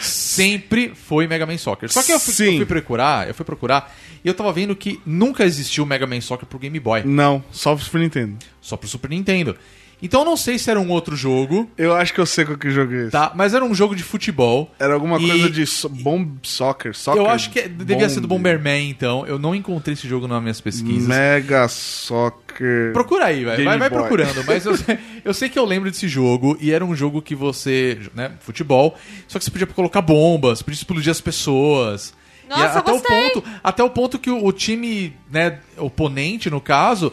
E: Sempre foi Mega Man Soccer. Só que eu fui,
F: Sim.
E: eu fui procurar, eu fui procurar e eu tava vendo que nunca existiu Mega Man Soccer pro Game Boy,
F: Não, só pro Super Nintendo.
E: só pro Super Nintendo. Então eu não sei se era um outro jogo,
F: Eu acho que eu sei qual que joguei esse.
E: tá? Mas era um jogo de futebol.
F: Era alguma
E: E-
F: coisa de so bomb soccer, soccer.
E: eu acho que devia ser do
F: bomb-
E: Bomberman, então. Eu não encontrei esse jogo nas minhas pesquisas.
F: Mega Soccer.
E: Procura aí, vai,
F: Game
E: vai, vai
F: Boy.
E: procurando. Mas
F: *laughs*
E: eu, sei- eu sei que eu lembro desse jogo e era um jogo que você, né, futebol, só que você podia colocar bombas, podia explodir as pessoas. E
H: Nossa,
E: até
H: gostei.
E: o ponto, até o ponto que o, o time, né, oponente no caso,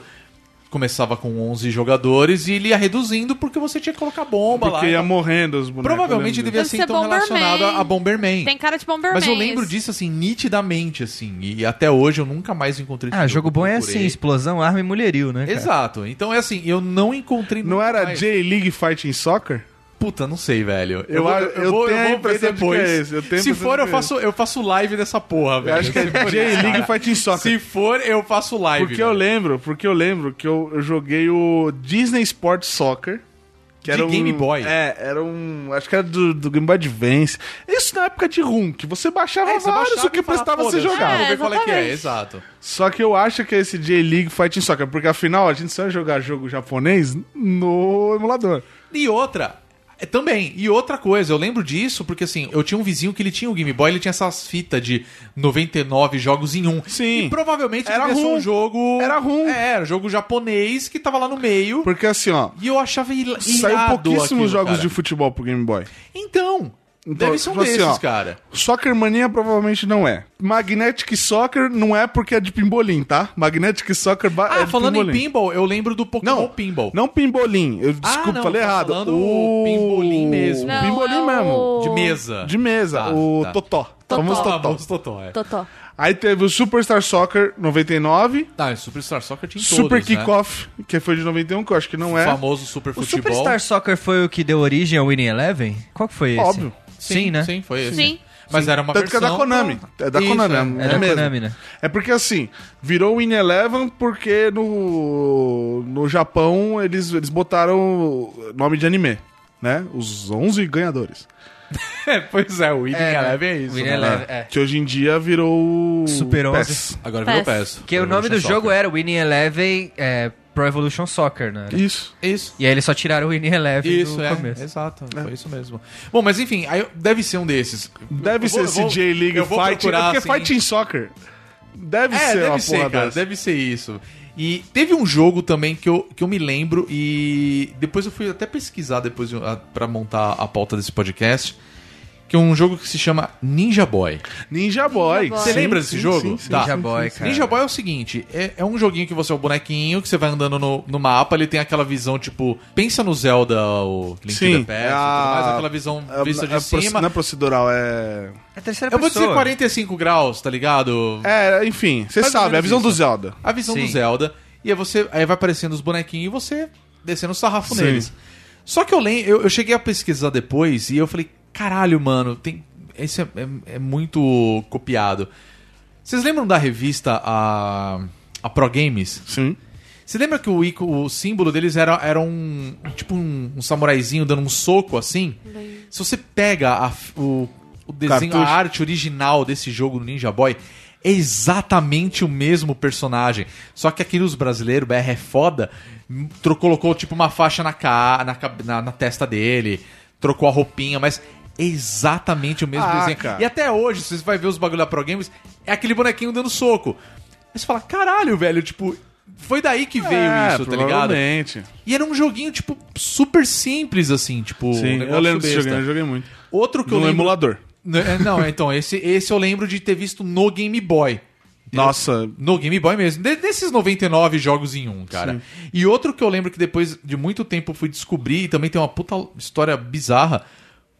E: começava com 11 jogadores e ele ia reduzindo porque você tinha que colocar bomba
F: Porque
E: lá.
F: ia né, morrendo os bonecos.
E: Provavelmente
F: lembra?
E: devia
H: Deve
E: ser
H: ser
E: então relacionado a, a Bomberman.
H: Tem cara de Bomberman.
E: Mas eu lembro disso assim nitidamente assim, e até hoje eu nunca mais encontrei esse
G: Ah, jogo bom é
E: procurei.
G: assim, explosão, arma e mulherio, né? cara?
E: Exato. Então é assim, eu não encontrei
F: Não
E: nunca
F: era
E: mais.
F: J-League Fighting Soccer?
E: Puta, não sei, velho.
F: Eu acho- eu tenho a
E: ver
F: impressão de que é esse, eu tenho a
E: Se
F: impressão
E: for,
F: de
E: eu
F: que é
E: faço, eu faço live dessa porra, velho.
F: Eu acho que é
E: Se for
F: J-League
E: isso, cara.
F: Fighting Soccer.
E: Se for, eu faço live.
F: Porque eu
E: velho.
F: lembro, porque eu lembro que eu, eu joguei o Disney Sports Soccer. Que
E: De Game Boy.
F: É, era um. Acho que era do, do Game Boy Advance. Isso na época de RUM, que você baixava
E: É, você
F: vários,
E: baixava
F: o que
E: e falava,
F: prestava você
E: "Foda-se,
F: jogava.
E: Vou ver qual é que é,
H: exatamente.
E: exato.
F: Só que eu acho que é esse J-League Fighting Soccer, porque afinal a gente só ia jogar jogo japonês no emulador.
E: E outra. é, Também, e outra coisa, eu lembro disso porque assim, eu tinha um vizinho que ele tinha o Game Boy, ele tinha essas fitas de 99 jogos em um.
F: Sim.
E: E provavelmente
F: Era
E: devia ser um
F: ROM.
E: jogo.
F: Era ROM.
E: É, era um jogo japonês que tava lá no meio.
F: Porque assim, ó,
E: E eu achava il- irado
F: saiu pouquíssimos
E: aquilo,
F: jogos
E: cara.
F: de futebol pro Game Boy.
E: Então, deve ser um
F: tipo assim,
E: desses,
F: ó,
E: cara.
F: Soccer Mania provavelmente não é. Magnetic Soccer não é porque é de pimbolim, tá? Magnetic Soccer ba-
E: Ah,
F: é de
E: falando
F: pimbolim.
E: em pinball, eu lembro do Pokémon
F: Não,
E: Pinball.
F: não pimbolim. Eu,
E: Ah,
F: desculpa,
E: não,
F: falei
E: tá
F: errado.
E: falando o pimbolim mesmo.
H: Não,
F: pimbolim
H: é o-
F: mesmo.
E: De mesa.
F: De mesa,
E: Tá,
F: o
E: tá.
F: Totó. Famoso
E: Totó.
F: Totó.
E: Famoso Totó, é.
H: Totó.
F: Aí teve o Superstar Soccer 99,
E: Tá, é Superstar Soccer tinha em todos,
F: Super
E: né?
F: Kickoff, que foi de 91, que eu acho que não
E: O
F: é.
E: famoso Super
G: O
E: Futebol.
G: Superstar Soccer foi o que deu origem ao Winning Eleven? Qual que foi esse?
F: Óbvio.
G: Sim, né?
E: Sim, foi esse.
H: Sim.
E: Mas era uma
F: Tanto que é
E: versão...
F: da Konami. É da
E: Isso,
F: Konami,
E: é.
F: é,
G: É da
F: mesmo.
G: Konami, né?
F: É porque assim, virou o In Eleven porque no, no Japão eles, eles botaram nome de anime, né? Os 11 ganhadores.
E: É, pois é, o Winning
G: É, né?
E: Eleven é isso,
G: Winning
E: né?
G: Eleven.
F: É, Que hoje em dia virou. o
G: Super 11.
F: PES.
E: Agora virou
H: PES.
E: PES.
G: Que o nome do jogo era Winning Eleven é, Pro Evolution Soccer, né?
F: Isso.
E: Isso.
G: E aí eles só tiraram o Winning Eleven
E: Isso,
G: do
E: é.
G: começo.
E: Exato, foi isso mesmo. Bom, mas enfim, aí eu- deve ser um desses.
F: Deve
E: Eu vou-
F: ser
E: eu vou-
F: esse J-League
E: eu vou
F: Fighting.
E: procurar,
F: É porque
E: assim.
F: Fighting Soccer. Deve
E: É,
F: ser uma
E: deve
F: porra
E: ser, cara,
F: dessa.
E: deve ser isso. E teve um jogo também que eu, que eu me lembro e depois eu fui até pesquisar depois de- um, a- pra montar a pauta desse podcast, que é um jogo que se chama Ninja Boy.
F: Ninja Boy.
H: Boy.
E: Você
F: Sim,
E: lembra desse
F: sim,
E: jogo?
F: sim, sim.
E: Tá.
G: Ninja Boy, cara.
E: Ninja Boy é o seguinte, é, é um joguinho que você é o bonequinho, que você vai andando no, no mapa, ele tem aquela visão, tipo, pensa no Zelda, o Link
F: Sim,
E: to the Past,
F: é
E: e tudo mais,
F: a-
E: aquela visão
F: É,
E: vista de
F: é proce-
E: cima.
F: Não é procedural, é.
G: É a terceira
E: Eu vou dizer
G: pessoa.
E: 45 graus, tá ligado?
F: É, enfim, você
E: Mais ou
F: sabe, é a
E: menos
F: visão
E: isso.
F: do Zelda.
E: a visão do
G: Sim.
E: Zelda. E aí você aí vai aparecendo os bonequinhos e você descendo o sarrafo
F: Sim.
E: neles. Só que eu lembro, eu, eu cheguei a pesquisar depois e eu falei, caralho, mano, tem. Esse é, é- é muito copiado. Vocês lembram da revista a, a Pro Games?
F: Sim.
E: Você lembra que o, ico- o símbolo deles era, era um. Tipo um, um samuraizinho dando um soco assim? Se você pega a f- o, o desenho,
F: Cartucho.
E: a arte original desse jogo no Ninja Boy, é exatamente o mesmo personagem. Só que aqui nos brasileiros, BR é foda, m- tro- colocou tipo uma faixa na, ca, na, cab- na, na testa dele, trocou a roupinha, mas. é Exatamente o mesmo
F: Ah,
E: desenho.
F: cara.
E: E até hoje, se você vai ver os bagulho da Pro Games, é aquele bonequinho dando soco. Aí você fala, caralho, velho, tipo, foi daí que veio
F: É,
E: isso, tá ligado?
F: provavelmente.
E: E era um joguinho, tipo, super simples, assim, tipo, um
F: Sim,
E: negócio
F: eu lembro desse
E: besta.
F: joguinho, eu joguei muito.
E: Outro que eu
F: No
E: lembro...
F: emulador.
E: Né, Não, então, esse, esse eu lembro de ter visto no Game Boy.
F: Nossa,
E: No Game Boy mesmo. De- desses 99 jogos em um, cara. E outro que eu lembro que depois de muito tempo eu fui descobrir, e também tem uma puta história bizarra,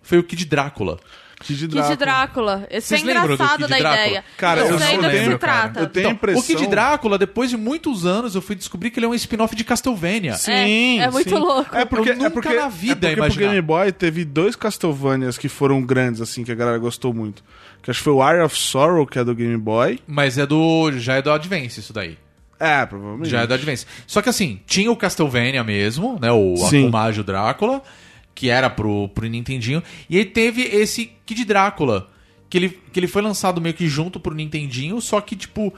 E: foi o Kid Drácula.
F: Kid
H: Kid
F: Drácula.
H: Drácula. Esse
E: Vocês
H: é
E: lembram do
H: engraçado
E: Kid
H: da
E: Drácula?
H: ideia.
F: Cara,
H: eu
F: eu
H: sei
F: não
H: do que se
F: lembro,
G: cara.
H: trata.
F: Eu tenho a
E: Então,
F: impressão...
E: O Kid Drácula, depois de muitos anos, eu fui descobrir que ele é um spin-off de Castlevania.
H: É, é muito louco.
F: É porque,
E: Eu nunca
F: é porque,
E: na vida
F: é porque pro
E: imaginava.
F: Game Boy teve dois Castlevanias que foram grandes, assim, que a galera gostou muito. Que acho que foi o Eye of Sorrow, que é do Game Boy.
E: Mas é do. Já é do Advance isso daí.
F: É, provavelmente.
E: Já é do Advance. Só que assim, tinha o Castlevania mesmo, né? O
F: Sim.
E: Akumajo Drácula, que era pro, pro Nintendinho. E aí teve esse Kid Drácula, que ele, que ele foi lançado meio que junto pro Nintendinho, só que, tipo,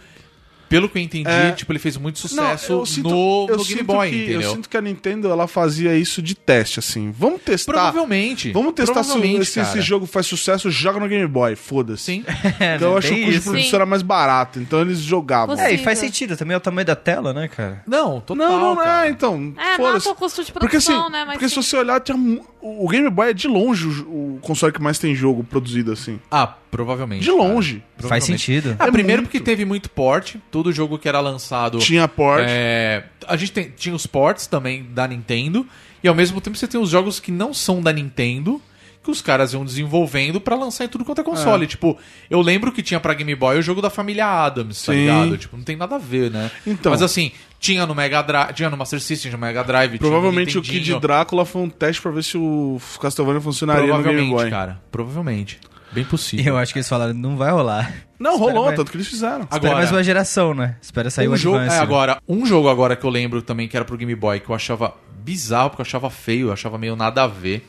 E: pelo que eu entendi,
F: É.
E: tipo, ele fez muito
F: Não, eu
E: sucesso
F: sinto-
E: no,
F: eu
E: no Game
F: sinto
E: Boy,
F: que,
E: entendeu?
F: Eu sinto que a Nintendo, ela fazia isso de teste, assim. Vamos testar...
E: Provavelmente.
F: Vamos testar se, o-
E: provavelmente,
F: se esse
E: cara.
F: jogo faz sucesso, joga no Game Boy, foda-se.
E: Sim. *laughs*
F: Então eu acho que o
G: É, Tem
F: custo de
G: isso.
F: produção era mais barato, então eles jogavam.
H: Você-
G: É, e faz sentido também é o tamanho da tela, né, cara?
E: Não, total.
F: Não, não, não é,
E: cara.
F: então.
H: É,
F: foda-se.
H: mata o custo de
F: Porque assim,
H: produção, né? Mas
F: porque
H: sim.
F: se você olhar, tinha mu- o Game Boy é de longe o, o console que mais tem jogo produzido, assim.
E: Ah, provavelmente.
F: De
E: cara.
F: longe.
G: Faz
E: Provavelmente.
G: sentido.
E: Ah,
F: É
E: primeiro
F: muito.
E: porque teve muito porte, todo jogo que era lançado.
F: Tinha porte.
E: É, a gente tem- tinha os ports também da Nintendo, e ao mesmo tempo você tem os jogos que não são da Nintendo, que os caras iam desenvolvendo pra lançar em tudo quanto é console. Tipo, eu lembro que tinha pra Game Boy o jogo da família Adams, tá
F: Sim.
E: ligado? Tipo, não tem nada a ver, né?
F: Então.
E: Mas assim, tinha no Mega Drive, tinha no Master System, tinha no Mega Drive, tinha no
F: Provavelmente o Kid
E: Nintendinho.
F: Drácula foi um teste pra ver se o Castlevania funcionaria no Game
E: Provavelmente,
F: Boy.
E: cara. Provavelmente. Bem possível.
G: *laughs* Eu acho que eles falaram, não vai rolar.
F: Não,
G: Espera
F: rolou,
G: mais-
F: tanto que eles fizeram.
E: Agora-
G: Espera mais uma geração, né? Espera sair
E: um
G: o
E: jogo,
G: Advance.
E: é,
G: né?
E: agora, um jogo agora que eu lembro também que era pro Game Boy que eu achava bizarro, porque eu achava feio, eu achava meio nada a ver.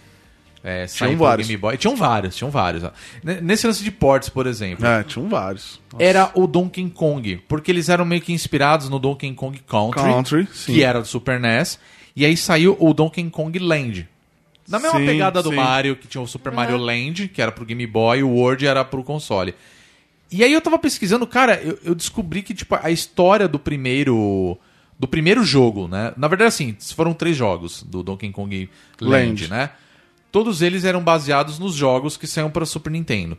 E: É, sair pro
F: vários.
E: Game Boy. Tinham vários, tinham vários. ó. N- Nesse lance de ports, por exemplo,
F: É, tinham vários.
E: era o Donkey Kong, porque eles eram meio que inspirados no Donkey Kong Country,
F: Country, sim.
E: que era do Super NES, e aí saiu o Donkey Kong Land. Na mesma
F: Sim,
E: pegada do
F: sim.
E: Mario, que tinha o Super Mario Land, que era pro Game Boy, o World era pro console. E aí eu tava pesquisando, cara, eu, eu descobri que, tipo, a história do primeiro. Do primeiro jogo, né? Na verdade, assim, foram três jogos do Donkey Kong Land,
F: Land.
E: né? Todos eles eram baseados nos jogos que saíam para Super Nintendo.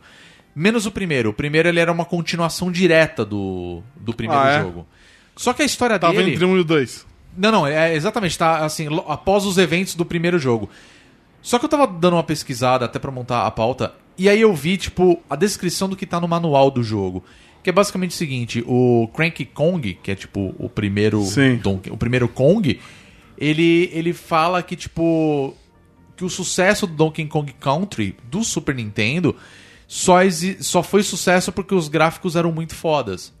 E: Menos o primeiro. O primeiro ele era uma continuação direta do, do primeiro
F: Ah, é?
E: jogo. Só que a história
F: Tava
E: dele.
F: entre um e o dois.
E: Não, não, é exatamente, tá assim, lo- após os eventos do primeiro jogo. Só que eu tava dando uma pesquisada até pra montar a pauta, e aí eu vi, tipo, a descrição do que tá no manual do jogo. Que é basicamente o seguinte: o Cranky Kong, que é tipo o primeiro.
F: Sim.
E: Donkey- o primeiro Kong, ele, ele fala que, tipo. Que o sucesso do Donkey Kong Country do Super Nintendo só, exi- só foi sucesso porque os gráficos eram muito fodas.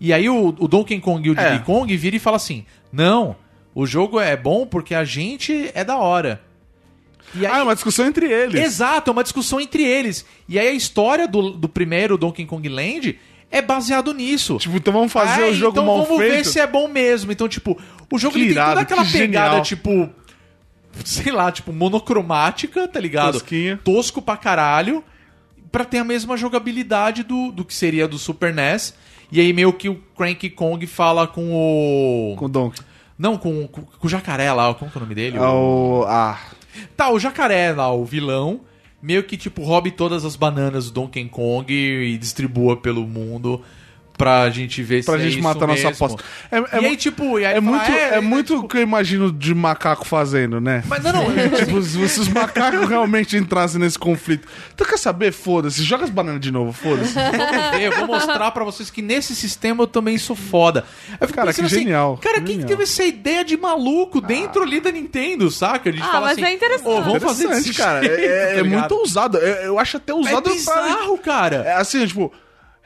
E: E aí o, o Donkey Kong e o Diddy
F: É.
E: Kong vira e fala assim: Não, o jogo é bom porque a gente é da hora. E aí,
F: Ah, é uma discussão entre eles.
E: Exato, é uma discussão entre eles. E aí a história do, do primeiro Donkey Kong Land é baseado nisso.
F: Tipo, então vamos fazer
E: Ah,
F: o jogo
E: então
F: mal
E: vamos
F: feito.
E: ver se é bom mesmo. Então, tipo, o jogo
F: Que
E: ele tem
F: irado,
E: toda aquela
F: que
E: pegada,
F: genial.
E: tipo. Sei lá, tipo, monocromática, tá ligado?
F: Tosquinha.
E: Tosco pra caralho. Pra ter a mesma jogabilidade do, do que seria do Super NES. E aí meio que o Cranky Kong fala com o.
F: Com o Donkey.
E: Não, com, com, com o jacaré lá, como que é o nome dele?
F: Ah, o- Ah,
E: Tá, o jacaré lá, o vilão, meio que tipo roube todas as bananas do Donkey Kong e distribua pelo mundo pra gente ver
F: pra
E: se é
F: gente
E: isso
F: matar nossa
E: mesmo.
F: aposta. É,
E: e
F: é mu-
E: aí, tipo, e aí
F: É
E: fala,
F: muito, é, muito
E: tipo,
F: o que eu imagino de macaco fazendo, né?
E: Mas não,
F: *laughs*
E: não, é,
F: Tipo, se, se os macacos realmente entrassem nesse conflito. Tu quer saber? Foda-se, joga as bananas de novo, foda-se.
E: vamos ver, eu vou mostrar pra vocês que nesse sistema eu também sou foda. Aí eu fico
F: Cara,
E: pensando assim,
F: que genial,
E: cara, quem que
F: genial.
E: teve essa ideia de maluco dentro ali da Nintendo, saca? De
H: Ah,
E: falar
H: mas
E: assim,
H: é interessante.
E: "Ô, vamos fazer
F: Interessante,
E: desse *laughs*
F: cara.
E: jeito",
F: é
E: tá
F: é
E: ligado?
F: muito ousado. Eu, eu acho até
E: É
F: ousado pra-
E: bizarro, cara.
F: É assim, tipo.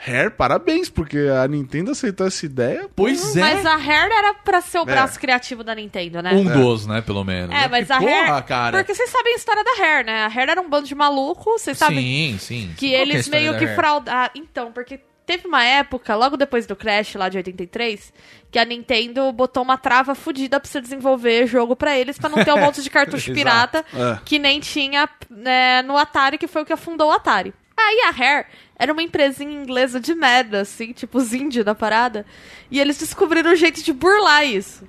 F: Hair, parabéns, porque a Nintendo aceitou essa ideia.
E: Pois é.
H: Uhum, Mas a Hair era pra ser o braço criativo da Nintendo, né?
E: Um dos, né, pelo menos.
H: É, mas
E: Porque,
H: a Hair.
E: Porra, cara.
H: Porque vocês sabem a história da Hair, né? A Hair era um bando de maluco, vocês sabem
E: Sim, sim.
H: que
G: Qual que é a
H: eles
G: história
H: meio
G: da
H: que
G: Hair?
H: fraudaram. Ah, então, porque teve uma época, logo depois do Crash, lá de 83, que a Nintendo botou uma trava fodida pra você desenvolver jogo pra eles, pra não ter um
G: *laughs*
H: monte de cartucho pirata
F: É.
H: que nem tinha né, no Atari, que foi o que afundou o Atari. Aí a Hair era uma empresinha inglesa de merda, assim, tipo os índios da parada. E eles descobriram um jeito de burlar isso.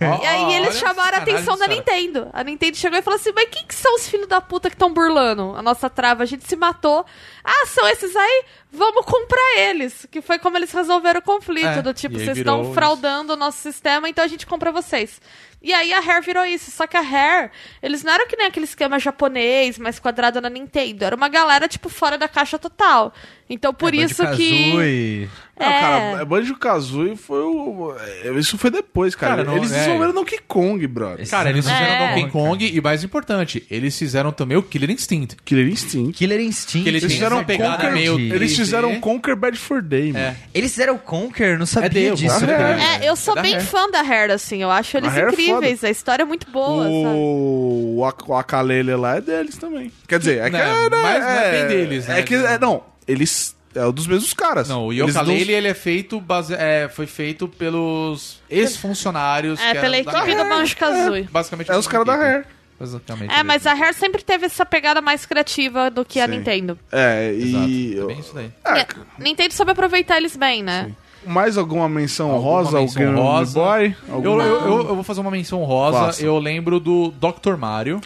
H: E aí eles chamaram a atenção da Nintendo. A Nintendo chegou e falou assim: Mas quem que são os filhos da puta que estão burlando a nossa trava? A gente se matou. Ah, são esses aí? Vamos comprar eles. Que foi como eles resolveram o conflito:
E: É,
H: do tipo,
E: e aí
H: vocês
E: virou
H: estão
E: isso.
H: fraudando o nosso sistema, então a gente compra vocês. E aí a Hair virou isso. Só que a Hair, eles não eram que nem aquele esquema japonês, mais quadrado na Nintendo. Era uma galera, tipo, fora da caixa total. Então
E: É,
H: por isso que.
G: Banjo-Kazooie.
F: É, cara,
H: É.
F: Banjo Kazooie foi o. é, Isso foi depois, cara.
E: Cara, não-
F: eles
E: é.
F: desenvolveram Donkey Kong, brother.
G: Esse-
E: Cara, eles fizeram
H: É.
E: Donkey Kong e, mais importante, eles fizeram também o Killer Instinct.
F: Killer Instinct.
G: Killer Instinct.
E: Que eles
F: Eles
E: Tem
F: fizeram
E: essa pegada
F: Conquer,
E: meio né? É.
F: eles
E: 3D.
F: fizeram Conquer Bad for Day, mano.
G: Eles fizeram Conquer, não sabia
E: É Deus,
G: disso,
F: é
G: cara.
F: Deus.
H: É, eu sou
E: Da
H: bem
E: Hair.
H: fã da Hair, assim. Eu acho eles
F: Hair é
H: incríveis. a história é muito boa, sabe?
F: O, o Ak- o Akalele lá é deles também. Quer dizer, é que
E: Não,
F: era-
E: mas não é bem deles, né?
F: É que, é, não, eles... É um dos mesmos caras.
E: Não, o
F: Eles
E: Yokalele ele é feito base... é, foi feito pelos ex-funcionários.
H: É,
E: que
H: pela
E: eram da
H: equipe do
E: Hair.
H: Banjo Kazooie.
E: Basicamente.
F: É os caras da Hair.
E: Basicamente.
H: É, mas a Hair sempre teve essa pegada mais criativa do que a
F: Sim.
H: Nintendo.
F: É,
E: Exato.
F: e...
E: É bem isso daí.
F: Ah,
H: É, Nintendo soube aproveitar eles bem, né?
F: Mais alguma menção
E: Alguma
F: honrosa?
E: menção
F: Algum
E: honrosa?
F: boy?
E: Eu, eu, eu, eu vou fazer uma menção rosa.
F: Faça.
E: Eu lembro do Dr. Mario.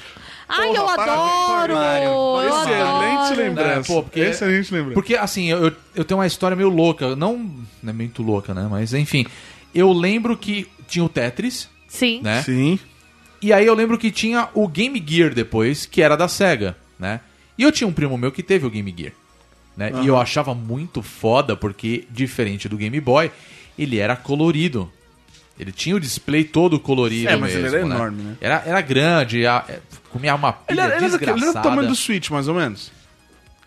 H: Ai, eu
F: parabéns,
H: adoro!
E: Mario.
H: Eu
F: Excelente
H: adoro.
F: lembrança.
E: É, pô, porque-
F: Excelente lembrança.
E: Porque, assim, eu, eu tenho uma história meio louca. Não, não é muito louca, né? Mas, enfim. Eu lembro que tinha o Tetris,
H: Sim.
E: né?
F: Sim.
E: E aí eu lembro que tinha o Game Gear depois, que era da SEGA, né? E eu tinha um primo meu que teve o Game Gear, né? E eu achava muito foda, porque, diferente do Game Boy, ele era colorido. Ele tinha o display todo colorido
F: É, mas ele
E: mesmo,
F: era enorme, né?
E: Era, era grande, a- é, comia uma pilha
F: Ele, era- ele, era daquele- ele era do
E: desgraçada.
F: tamanho do Switch, mais ou menos.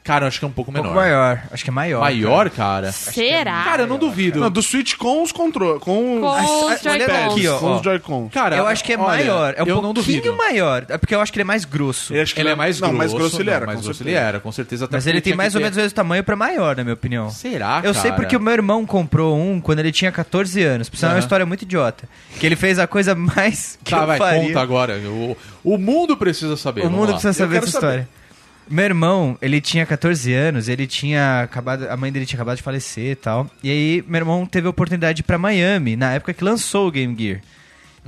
E: Cara, eu acho que é um pouco
G: Um
E: menor.
G: pouco maior. Acho que é maior.
E: Maior, cara?
F: é
H: Será?
E: Cara, eu é. não duvido.
F: Não, do Switch com os controles. Com,
H: Com os
F: os iPads,
G: Joy-Cons.
F: Com os
G: Ah, Ó.
F: Joy-Con.
E: Cara,
G: eu acho que é
E: olha,
G: maior. É um
E: eu não duvido.
G: pouquinho maior. É porque eu acho que ele é mais grosso.
F: Eu acho que
E: Ele é mais
F: não,
E: grosso.
F: mais grosso ele
E: não,
F: era,
E: mais
F: com
E: grosso
F: certeza.
E: ele era, com certeza. até
G: Mas
E: porque
G: ele tem
E: tinha
G: mais
E: que
G: ou
E: ter-
G: menos o mesmo tamanho pra maior, na minha opinião.
E: Será,
G: Eu sei
E: cara?
G: porque o meu irmão comprou um quando ele tinha 14 anos. Por sinal, é uma
E: Aham.
G: história muito idiota. Que ele fez a coisa mais que
E: Tá,
G: eu
E: vai,
G: faria.
E: conta agora. O, o mundo precisa saber.
G: O
E: vamos
G: mundo
E: lá.
G: precisa
F: Eu
G: saber
F: quero
G: essa
F: saber.
G: história. Meu irmão, ele tinha 14 anos, ele tinha acabado, a mãe dele tinha acabado de falecer e tal. E aí meu irmão teve a oportunidade de ir pra Miami, na época que lançou o Game Gear,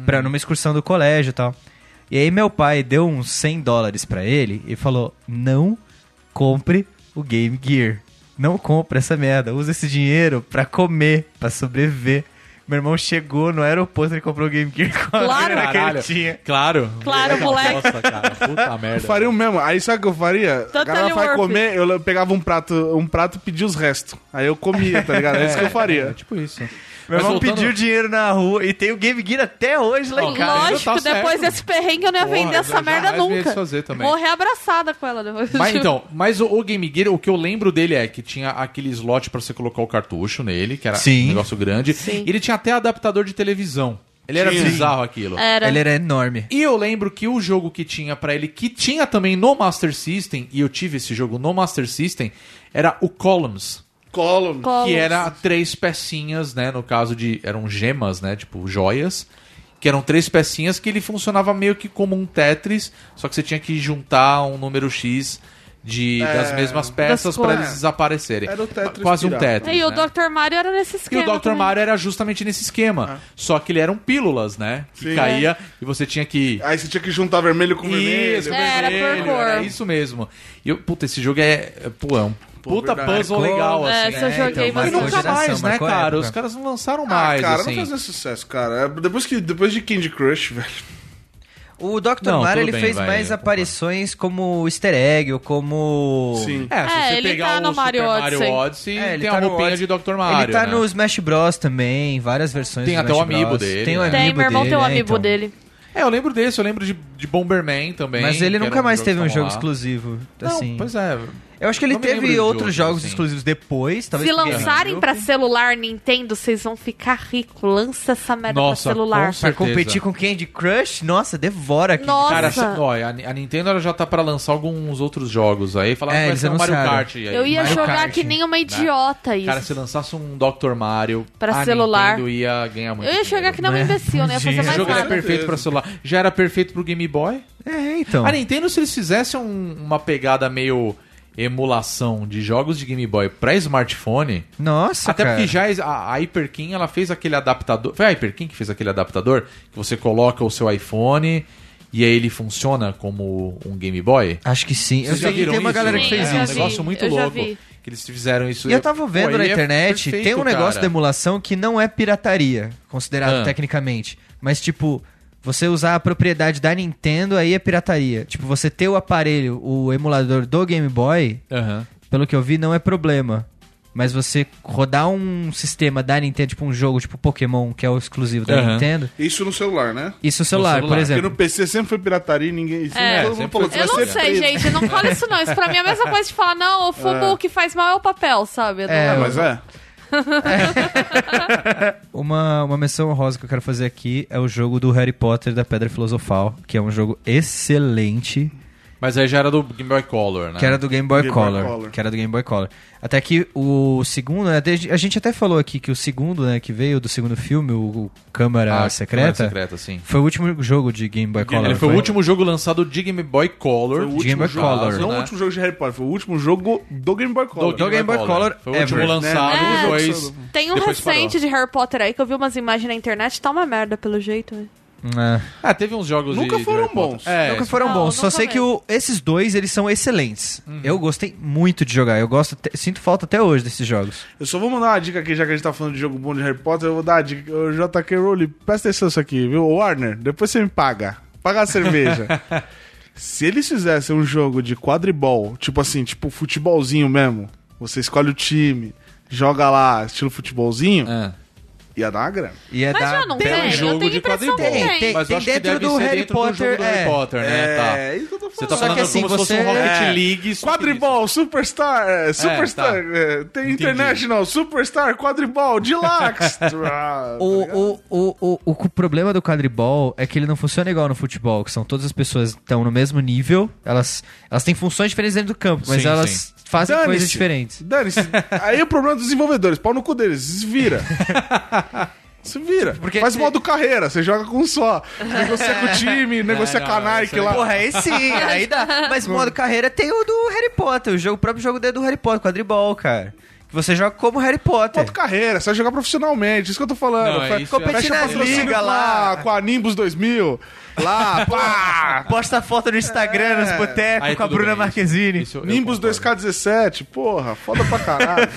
G: pra,
E: Hum.
G: numa excursão do colégio e tal. E aí meu pai deu uns 100 dólares pra ele e falou: "Não compre o Game Gear. Não compre essa merda. Usa esse dinheiro pra comer, pra sobreviver." Meu irmão chegou no aeroporto e comprou o Game Gear *laughs* com a
H: Claro.
G: grana que ele
E: Caralho.
G: tinha.
E: Claro.
H: Claro, moleque.
E: Nossa, cara. Puta merda.
F: Eu faria um o mesmo. Aí sabe o que eu faria?
H: Totally
F: a galera vai
H: worth
F: comer, eu pegava um prato, um prato e pedia os restos. Aí eu comia, tá ligado? É isso que
E: *laughs*
F: eu
E: É,
F: faria.
E: tipo isso.
G: Meu irmão
E: voltando-
G: pediu dinheiro na rua e tem o Game Gear até hoje lá em
E: Ó, cara,
G: casa.
H: Lógico,
E: tá
H: depois
E: certo.
H: desse perrengue eu não ia
E: Porra,
H: vender essa
E: jamais
H: merda
E: me ia
H: nunca.
E: desfazer também.
H: Morrer abraçada com ela depois.
E: Mas então, mas o, o Game Gear, o que eu lembro dele é que tinha aquele slot pra você colocar o cartucho nele, que era
G: Sim.
E: um negócio grande.
H: Sim.
E: E ele tinha até adaptador de televisão. Ele era
F: Sim.
E: bizarro
H: *laughs*
E: aquilo.
H: Era.
G: Ele era enorme.
E: E eu lembro que o jogo que tinha pra ele, que tinha também no Master System, e eu tive esse jogo no Master System, era o Columns.
F: Column.
H: Columns.
E: Que era três pecinhas, né? No caso de. Eram gemas, né? Tipo, joias. Que eram três pecinhas que ele funcionava meio que como um Tetris, só que você tinha que juntar um número X de, das mesmas peças pra
H: cores.
E: eles desaparecerem.
F: É, Era o Tetris
E: Quase um
F: pirata.
E: Tetris.
H: E o
E: né?
H: Dr. Mario era nesse
E: E
H: esquema.
E: o Dr.
H: também.
E: Mario era justamente nesse esquema. Só que ele eram pílulas, né? Que
F: Ah. Sim.
E: caía e você tinha que
F: Aí você tinha que juntar vermelho com vermelho.
E: isso,
H: É, era
E: vermelho,
H: por cor.
E: era isso mesmo. E eu, puta, esse jogo é. é, Pô, é um puta
F: verdade.
E: puzzle
G: Cor,
E: legal,
H: É,
E: assim.
H: se eu joguei,
G: então,
E: E
H: mas
G: marcou
E: nunca
G: geração,
E: mais, né,
G: marcou
E: cara?
G: época.
E: Os caras não lançaram
F: Ah,
E: mais,
F: cara,
E: assim.
F: não fazia sucesso, cara. É, Depois, que, depois de Candy Crush, *laughs* velho.
G: O Dr.
E: Não,
G: Mario
E: tudo
G: ele
E: bem,
G: fez
E: vai, é, eu
G: mais
E: concordo.
G: aparições como easter egg ou como.
F: Sim.
E: É, se
H: É,
E: você
H: ele
E: pegar
H: tá
E: o
H: no
E: Super
H: Mario
E: Mario
H: Odyssey.
E: Odyssey,
G: É, ele
E: tem
G: tá
E: a
G: no
E: roupinha de
G: Odyssey.
E: Dr. Mario.
G: ele tá
E: né?
G: no Smash Bros também, várias versões
E: Tem
G: do
E: até o
G: Smash
E: amiibo
G: Bros.
E: dele,
G: Tem o
E: né?
G: amiibo
H: Tem, meu irmão
G: dele,
H: tem um
G: é,
H: amiibo
G: então.
H: dele.
E: É, eu lembro desse, eu lembro de, de Bomberman também.
G: Mas ele
E: que era
G: nunca
E: um
G: mais
E: jogo
G: teve
E: que
G: um
E: tava
G: jogo
E: lá.
G: exclusivo.
E: Não,
G: assim.
E: pois é.
G: Eu acho que ele
E: Não me lembro
G: teve
E: de
G: outros
E: outro,
G: jogos
E: assim.
G: exclusivos depois, talvez.
H: Se
G: pro
H: lançarem
G: GameCube.
H: pra celular Nintendo, vocês vão ficar ricos. Lança essa merda
E: Nossa,
H: pra celular.
E: com
G: Pra
E: Certeza.
G: competir com Candy Crush, nossa, devora aqui.
H: Nossa.
E: Cara, se- ó, a, a Nintendo ela já tá pra lançar alguns outros jogos aí. Falaram
G: É,
E: que vai
G: eles
E: ser um Mario
G: anunciaram.
E: Kart. aí.
H: Eu ia
G: Mario
H: jogar
G: Kart, né?
H: que nem uma idiota isso.
E: Cara, se lançasse um Dr. Mario
H: Pra
E: a
H: celular.
E: Nintendo ia ganhar muito
H: eu ia jogar
E: dinheiro.
H: que nem uma
G: é né?
H: imbecil, né? Ia fazer
G: Esse
E: Esse
H: mais
E: jogo era
H: nada.
E: perfeito pra celular. Já era perfeito pro Game Boy.
G: É, então.
E: A Nintendo, se eles fizessem um- uma pegada meio emulação de jogos de Game Boy pra smartphone,
G: Nossa,
E: Até
G: cara.
E: porque já a, a Hyperkin ela fez aquele adaptador. Foi a Hyperkin que fez aquele adaptador que você coloca o seu iPhone e aí ele funciona como um Game Boy.
G: Acho que sim. Eu
E: Vocês já
G: sei que
E: viram
G: tem uma
E: isso?
G: galera que
H: Sim,
E: É
G: fez
E: um
H: já
G: isso.
H: vi.
E: negócio muito
H: eu já
E: louco
H: vi.
E: que eles fizeram isso.
G: E eu tava vendo
E: Pô,
G: na
E: ele é
G: internet, tem
E: perfeito,
G: um negócio
E: cara.
G: da emulação que não é pirataria, considerado
E: Ah.
G: tecnicamente. Mas, tipo, você usar a propriedade da Nintendo, aí é pirataria. Tipo, você ter o aparelho, o emulador do Game Boy,
E: Aham.
G: pelo que eu vi, não é problema. Mas você rodar um sistema da Nintendo, tipo um jogo tipo Pokémon, que é o exclusivo da
E: Aham.
G: Nintendo,
F: Isso no celular, né?
G: isso no celular,
E: celular.
G: por
F: Porque
G: exemplo.
F: no PC sempre foi pirataria e ninguém. Isso
H: É,
F: todo
E: sempre
F: mundo falou que
H: Eu não
F: vai ser
H: sei,
F: preso.
H: gente. Não fala isso, não. Isso pra mim é a mesma coisa de falar, não, o fumo o que faz mal é o papel, sabe? Eu não-
G: É,
F: É, mas é.
G: Uma, uma menção honrosa que eu quero fazer aqui é o jogo do Harry Potter da Pedra Filosofal, que é um jogo excelente.
E: Mas aí já era do Game Boy Color, né?
G: Que era do Game Boy,
F: Game Boy
G: Color,
F: Color.
G: Que era do Game Boy Color. Até que o segundo, né, desde- a gente até falou aqui que o segundo, né, que veio do segundo filme, o, o Câmara
E: Ah,
G: Secreta,
E: Câmara Secreta, sim.
G: foi o último jogo de Game Boy Color.
E: Ele foi o último jogo lançado de Game Boy Color.
F: Foi o
G: Game
F: último
G: Boy
F: jogo.
G: Color.
F: Não é
E: né?
F: o último jogo de Harry Potter, foi o último jogo do Game Boy Color.
G: Do Game Boy Color
E: Foi o último
G: ever.
E: lançado,
H: É.
E: depois...
H: Tem um
E: depois parou.
H: recente de Harry Potter aí que eu vi umas imagens na internet, tá uma merda pelo jeito. né?
G: É.
E: Ah, teve uns jogos
F: Nunca
E: de- de
F: foram
E: Harry Potter.
F: bons.
E: É,
G: Nunca foram
H: Não,
G: bons, só
H: nunca
G: sei que o- esses dois, eles são excelentes.
E: Uhum.
G: Eu gostei muito de jogar, eu gosto, te- sinto falta até hoje desses jogos.
F: Eu só vou mandar uma dica aqui, já que a gente tá falando de jogo bom de Harry Potter, eu vou dar a dica. Ô, JK Rowling, presta atenção nisso aqui, viu? Ô, Warner, depois você me paga. Paga a
E: *laughs*
F: cerveja. Se eles fizessem um jogo de quadribol, tipo assim, tipo futebolzinho mesmo, você escolhe o time, joga lá, estilo futebolzinho,
E: É.
F: ia dar uma grana.
G: E é
H: Mas
G: da
H: já não
G: Pe-
H: tem,
E: um
H: eu
E: jogo
H: tenho
E: de
H: impressão que
E: quadribol.
H: tem.
G: Tem-
E: Mas eu
G: tem
E: acho que
G: dentro
E: deve
G: do
E: ser
G: Harry
E: dentro do jogo
G: Potter,
E: do Harry
G: é.
E: Potter, né? Tá.
F: É, isso que eu tô
E: Você
F: falando.
E: tá
G: Só
E: falando
G: que assim,
E: como se fosse um
G: você-
E: Rocket
F: É.
E: League. só que
F: Quadribol, Superstar, é, Superstar,
E: tá.
F: é, tem International, Superstar, Quadribol,
E: *laughs*
F: Deluxe. Ah, tá ligado?
G: O, o, o, o, o, cu- problema do quadribol é que ele não funciona igual no futebol, que são todas as pessoas que estão no mesmo nível, elas, elas têm funções diferentes dentro do campo, mas
E: Sim,
G: elas
E: sim.
G: fazem
F: Dane-se.
G: coisas diferentes.
F: Dane-se. Aí é o problema dos desenvolvedores. Pau no cu deles. Se vira. Se vira.
G: Porque é-
F: Faz
G: se-
F: modo carreira. Você joga com um só. Negocia
G: *laughs*
F: com o time, negocia
E: não,
F: com a
E: não,
F: Nike
E: isso
F: lá.
G: Porra, aí *laughs* sim, aí dá. Mas modo carreira tem o do Harry Potter, o, jogo, o próprio jogo dele é do Harry Potter, quadribol, cara. Que você joga como Harry Potter.
F: Modo carreira. Você vai jogar profissionalmente. Isso que eu tô
E: Não,
F: falando. Fe-
E: isso é-
F: Fecha
G: Competindo na
F: patrocínio
G: liga
F: com a-
G: lá.
F: Com a Nimbus 2000.
E: *laughs*
F: Lá, pá.
G: Posta foto no Instagram, nos botecos,
E: Aí
G: com a
E: tudo
G: Bruna
E: bem,
G: Marquezine.
E: isso- isso eu
F: Nimbus
E: concordo.
F: 2K17, porra, foda pra caralho.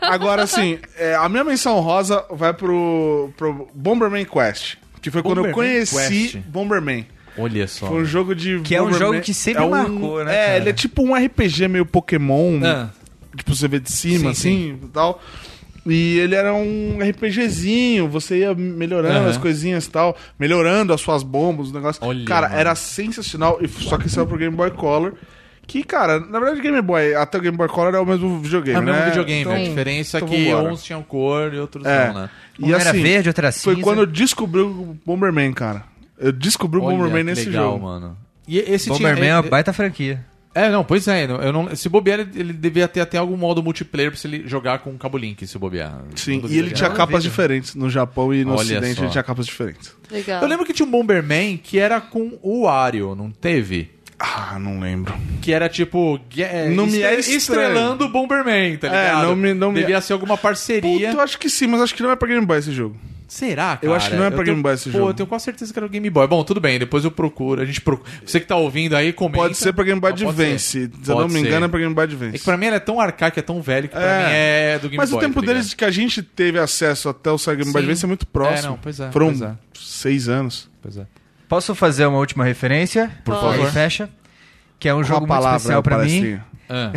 F: Agora, assim, é, a minha menção rosa vai pro, pro Bomberman Quest, que foi quando eu
E: Bomberman
F: conheci
E: Quest.
F: Bomberman.
E: Olha só.
F: Foi um jogo de.
G: Que é um
F: Bomberman.
G: jogo que sempre marcou, né,
F: É,
G: cara?
F: ele é tipo um RPG meio Pokémon.
E: Ah,
F: Tipo, você vê de cima,
E: Sim,
F: assim e tal. E ele era um RPGzinho, você ia melhorando
E: Aham.
F: as coisinhas e tal, melhorando as suas bombas, o negócio.
E: Olha,
F: cara,
E: mano.
F: era sensacional, e só que saiu pro Game Boy Color. Que, cara, na verdade, Game Boy, até o Game Boy Color é o mesmo videogame.
E: é o mesmo
F: né?
E: videogame.
F: Então-
E: a diferença
F: então
E: é que
F: vambora.
E: uns tinham cor e outros
F: É.
E: não, né?
G: Um era verde, outra era
F: Foi
G: cinza.
F: quando eu descobri o Bomberman, cara. Eu descobri o
E: Olha,
F: Bomberman
E: que
F: nesse
E: legal,
F: jogo.
E: mano. E esse
G: Bomberman é
E: tinha...
G: uma baita franquia.
E: É, não, pois é. não- Eu não, se bobear, ele, ele devia ter até algum modo multiplayer pra se ele jogar com o Cabo Link, se bobear.
F: Sim,
E: Não duvido
F: e ele
E: que
F: tinha
E: não.
F: capas diferentes. No Japão e no
E: Olha
F: Ocidente
E: só.
F: ele tinha capas diferentes.
H: Legal.
E: Eu lembro que tinha um Bomberman que era com o Wario, não teve?
F: Ah, não lembro.
E: Que era tipo. ge- é,
F: Não me é estranho. É,
E: estrelando o Bomberman, tá ligado?
F: não me- não me-
E: Devia ser alguma parceria.
F: Puta, eu acho que sim, mas acho que não é pra Game Boy esse jogo.
E: Será, cara?
F: Eu acho que não é pra
E: tenho-
F: Game Boy esse
E: Pô,
F: jogo.
E: eu tenho quase certeza que era o Game Boy. Bom, tudo bem, depois eu procuro. A gente procura. Você que tá ouvindo aí, comenta.
F: Pode ser pra Game Boy
E: Não, pode
F: Advance.
E: ser.
F: Se eu não
E: Pode
F: me
E: ser.
F: engano, é pra Game Boy
E: É
F: Advance.
E: que pra mim ele é tão arcaico, é tão velho, que pra
F: É.
E: mim é do Game
F: mas
E: Boy.
F: o tempo
E: tá
F: deles
E: ligado?
F: que a gente teve acesso até o Sega Game Boy
E: Sim.
F: Advance é muito próximo.
E: É, não, pois é,
F: Foram
E: pois é.
F: seis anos.
E: Pois é.
G: Posso fazer uma última referência? Por
H: favor.
G: fecha. Que é um
F: Uma
G: jogo muito
F: palavra
G: especial pra mim.
F: palestrinha.
E: Ah,